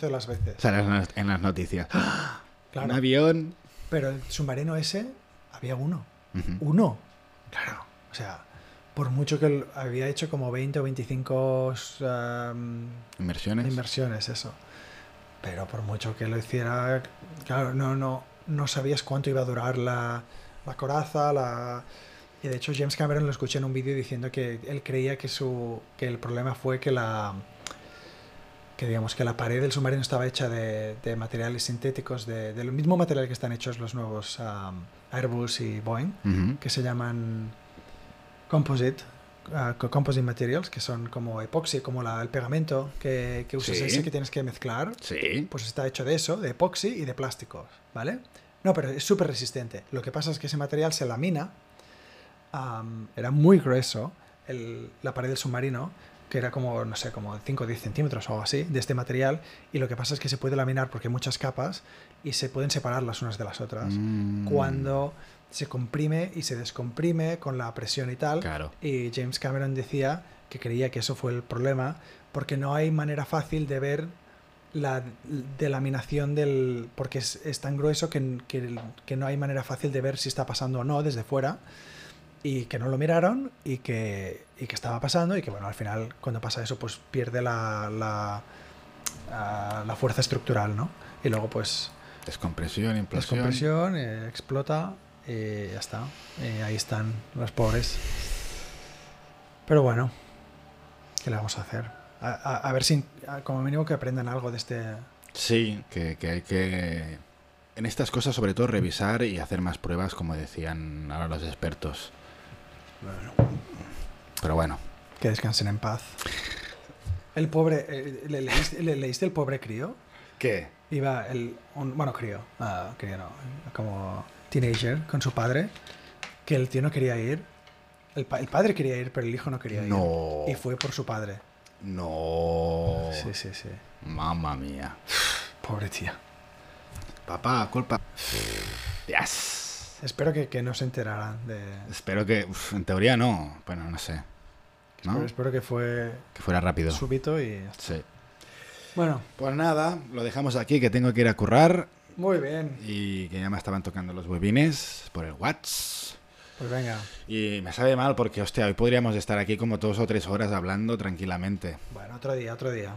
Speaker 2: de las veces.
Speaker 1: O sea, en las- en las noticias. ¡Ah!
Speaker 2: Claro.
Speaker 1: Un avión.
Speaker 2: Pero el submarino ese, había uno.
Speaker 1: Ujú.
Speaker 2: Uno. Claro. O sea, por mucho que l- había hecho como 20 o 25 um,
Speaker 1: Inversiones.
Speaker 2: inversiones, eso. Pero por mucho que lo hiciera, claro, no, no, no sabías cuánto iba a durar la, la coraza, la... Y de hecho James Cameron lo escuché en un vídeo diciendo que él creía que su que el problema fue que la que digamos que la pared del submarino estaba hecha de, de materiales sintéticos, de, del mismo material que están hechos los nuevos um, Airbus y Boeing
Speaker 1: Ujú.
Speaker 2: que se llaman Composite, ah, co- composite materials, que son como epoxi, como la- el pegamento que, que usas
Speaker 1: Sí.
Speaker 2: ese que tienes que mezclar,
Speaker 1: Sí.
Speaker 2: pues está hecho de eso, de epoxi y de plásticos, ¿vale? No, pero es súper resistente. Lo que pasa es que ese material se lamina, am, era muy grueso, el- la pared del submarino, que era como, no sé, como 5 o 10 centímetros o algo así, de este material, y lo que pasa es que se puede laminar porque hay muchas capas y se pueden separar las unas de las otras
Speaker 1: Mm,
Speaker 2: cuando se comprime y se descomprime con la presión y tal.
Speaker 1: Claro.
Speaker 2: Y James Cameron decía que creía que eso fue el problema, porque no hay manera fácil de ver la delaminación del... porque es, es tan grueso que, que- que no hay manera fácil de ver si está pasando o no desde fuera, y que no lo miraron y que, y que estaba pasando, y que bueno, al final cuando pasa eso pues pierde la, la, ah, la fuerza estructural, ¿no? Y luego pues
Speaker 1: Descompresión, implosión.
Speaker 2: Descompresión, eh, explota y ya está. Eh, ahí están los pobres. Pero bueno, ¿qué le vamos a hacer? A, a- a ver si, a- como mínimo, que aprendan algo de este.
Speaker 1: Sí, que, que hay que... En estas cosas, sobre todo, revisar y hacer más pruebas, como decían ahora los expertos. Pero bueno,
Speaker 2: Que descansen en paz. El pobre. eh, ¿le, leíste, le leíste el pobre crío?
Speaker 1: ¿qué?
Speaker 2: Iba el. un- bueno, crío. ah, crío no. Como teenager con su padre. Que el tío no quería ir. El, pa- el padre quería ir, pero el hijo no quería
Speaker 1: No.
Speaker 2: ir. Y fue por su padre.
Speaker 1: No.
Speaker 2: Sí, sí, sí.
Speaker 1: Mamma mía.
Speaker 2: Pobre tío.
Speaker 1: Papá, culpa. Yes.
Speaker 2: Espero que, que no se enteraran de.
Speaker 1: Espero que... uf, en teoría no. Bueno, no sé. ¿No?
Speaker 2: Espero, espero que fue
Speaker 1: Que fuera rápido.
Speaker 2: súbito y.
Speaker 1: Sí.
Speaker 2: Bueno,
Speaker 1: Pues nada, lo dejamos aquí, que tengo que ir a currar
Speaker 2: muy bien.
Speaker 1: y que ya me estaban tocando los webines por el WhatsApp.
Speaker 2: Pues venga.
Speaker 1: Y me sabe mal porque, hostia, hoy podríamos estar aquí como dos o tres horas hablando tranquilamente.
Speaker 2: Bueno, otro día, otro día.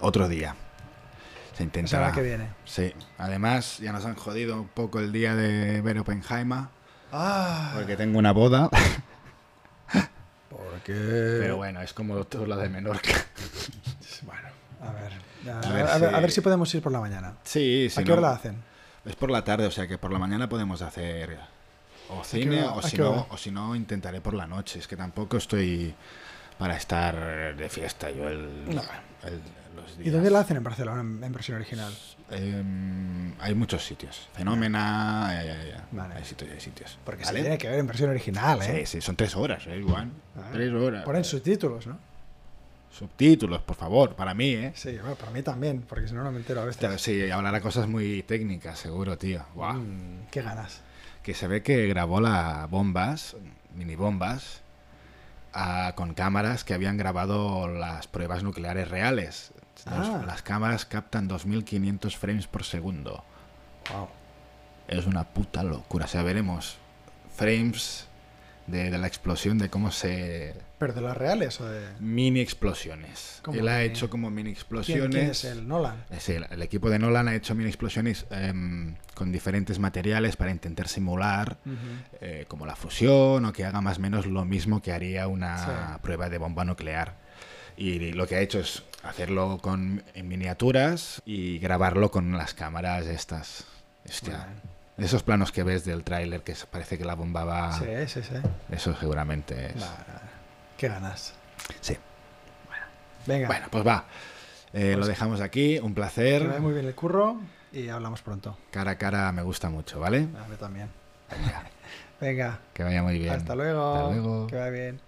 Speaker 1: Otro día. Se
Speaker 2: La semana
Speaker 1: intentará.
Speaker 2: Pues que viene.
Speaker 1: Sí. Además, ya nos han jodido un poco el día de ver Oppenheimer
Speaker 2: Ah,
Speaker 1: porque tengo una boda.
Speaker 2: ¿por qué?
Speaker 1: Pero bueno, es como todo lo de Menorca.
Speaker 2: Bueno, a ver. A,
Speaker 1: A ver
Speaker 2: a ver,
Speaker 1: si-
Speaker 2: a ver si podemos ir por la mañana.
Speaker 1: Sí, sí.
Speaker 2: ¿A qué hora la hacen?
Speaker 1: Es por la tarde, o sea que por la mañana podemos hacer o
Speaker 2: qué
Speaker 1: cine
Speaker 2: hora-
Speaker 1: o
Speaker 2: a
Speaker 1: si,
Speaker 2: qué
Speaker 1: no,
Speaker 2: hora?
Speaker 1: o si no intentaré por la noche. Es que tampoco estoy para estar de fiesta yo el,
Speaker 2: No.
Speaker 1: el- los días.
Speaker 2: ¿Y dónde la hacen en Barcelona en, en versión original?
Speaker 1: Em, hay muchos sitios. Fenómena. eh, eh, eh,
Speaker 2: Ah. Vale.
Speaker 1: Hay sitios, hay sitios.
Speaker 2: Porque
Speaker 1: ¿Vale?
Speaker 2: se tiene que ver en versión original,
Speaker 1: Sí,
Speaker 2: ¿eh?
Speaker 1: sí, son tres horas, eh, Juan.
Speaker 2: Ah.
Speaker 1: Tres horas.
Speaker 2: Ponen subtítulos, ¿no?
Speaker 1: Subtítulos, por favor, para mí, ¿eh?
Speaker 2: Sí, bueno, para mí también, porque si no, no me entero a
Speaker 1: Hostia,
Speaker 2: veces.
Speaker 1: Sí, hablará cosas muy técnicas, seguro, tío. Guau.
Speaker 2: Mm, qué ganas.
Speaker 1: que se ve que grabó las bombas, mini bombas, a- con cámaras que habían grabado las pruebas nucleares reales. Los-
Speaker 2: Ah.
Speaker 1: Las cámaras captan 2500 frames por segundo.
Speaker 2: Wow.
Speaker 1: Es una puta locura. O sea, veremos frames de, de la explosión, de cómo se...
Speaker 2: ¿Pero de las reales o de.?
Speaker 1: Mini explosiones.
Speaker 2: ¿Cómo
Speaker 1: Él ha
Speaker 2: que?
Speaker 1: hecho como mini
Speaker 2: ¿Quién,
Speaker 1: explosiones.
Speaker 2: quién es el Nolan?
Speaker 1: Sí, el, el equipo de Nolan ha hecho mini explosiones em, con diferentes materiales para intentar simular eh, como la fusión o que haga más o menos lo mismo que haría una
Speaker 2: Sí.
Speaker 1: prueba de bomba nuclear. Y lo que ha hecho es hacerlo con, en miniaturas y grabarlo con las cámaras estas. Hostia,
Speaker 2: Bueno.
Speaker 1: Esos planos que ves del tráiler que se- parece que la bomba va...
Speaker 2: Sí, sí, sí.
Speaker 1: Eso seguramente Ah. es.
Speaker 2: Vale, vale. Qué ganas.
Speaker 1: Sí.
Speaker 2: Venga,
Speaker 1: Bueno, pues va. Eh, lo dejamos aquí. Un
Speaker 2: Pues- que vaya
Speaker 1: placer.
Speaker 2: muy bien el curro y hablamos pronto.
Speaker 1: Cara a cara me gusta mucho, ¿vale?
Speaker 2: A mí también. (laughs) Venga,
Speaker 1: Que vaya muy bien.
Speaker 2: hasta, luego.
Speaker 1: Hasta luego.
Speaker 2: Que vaya bien.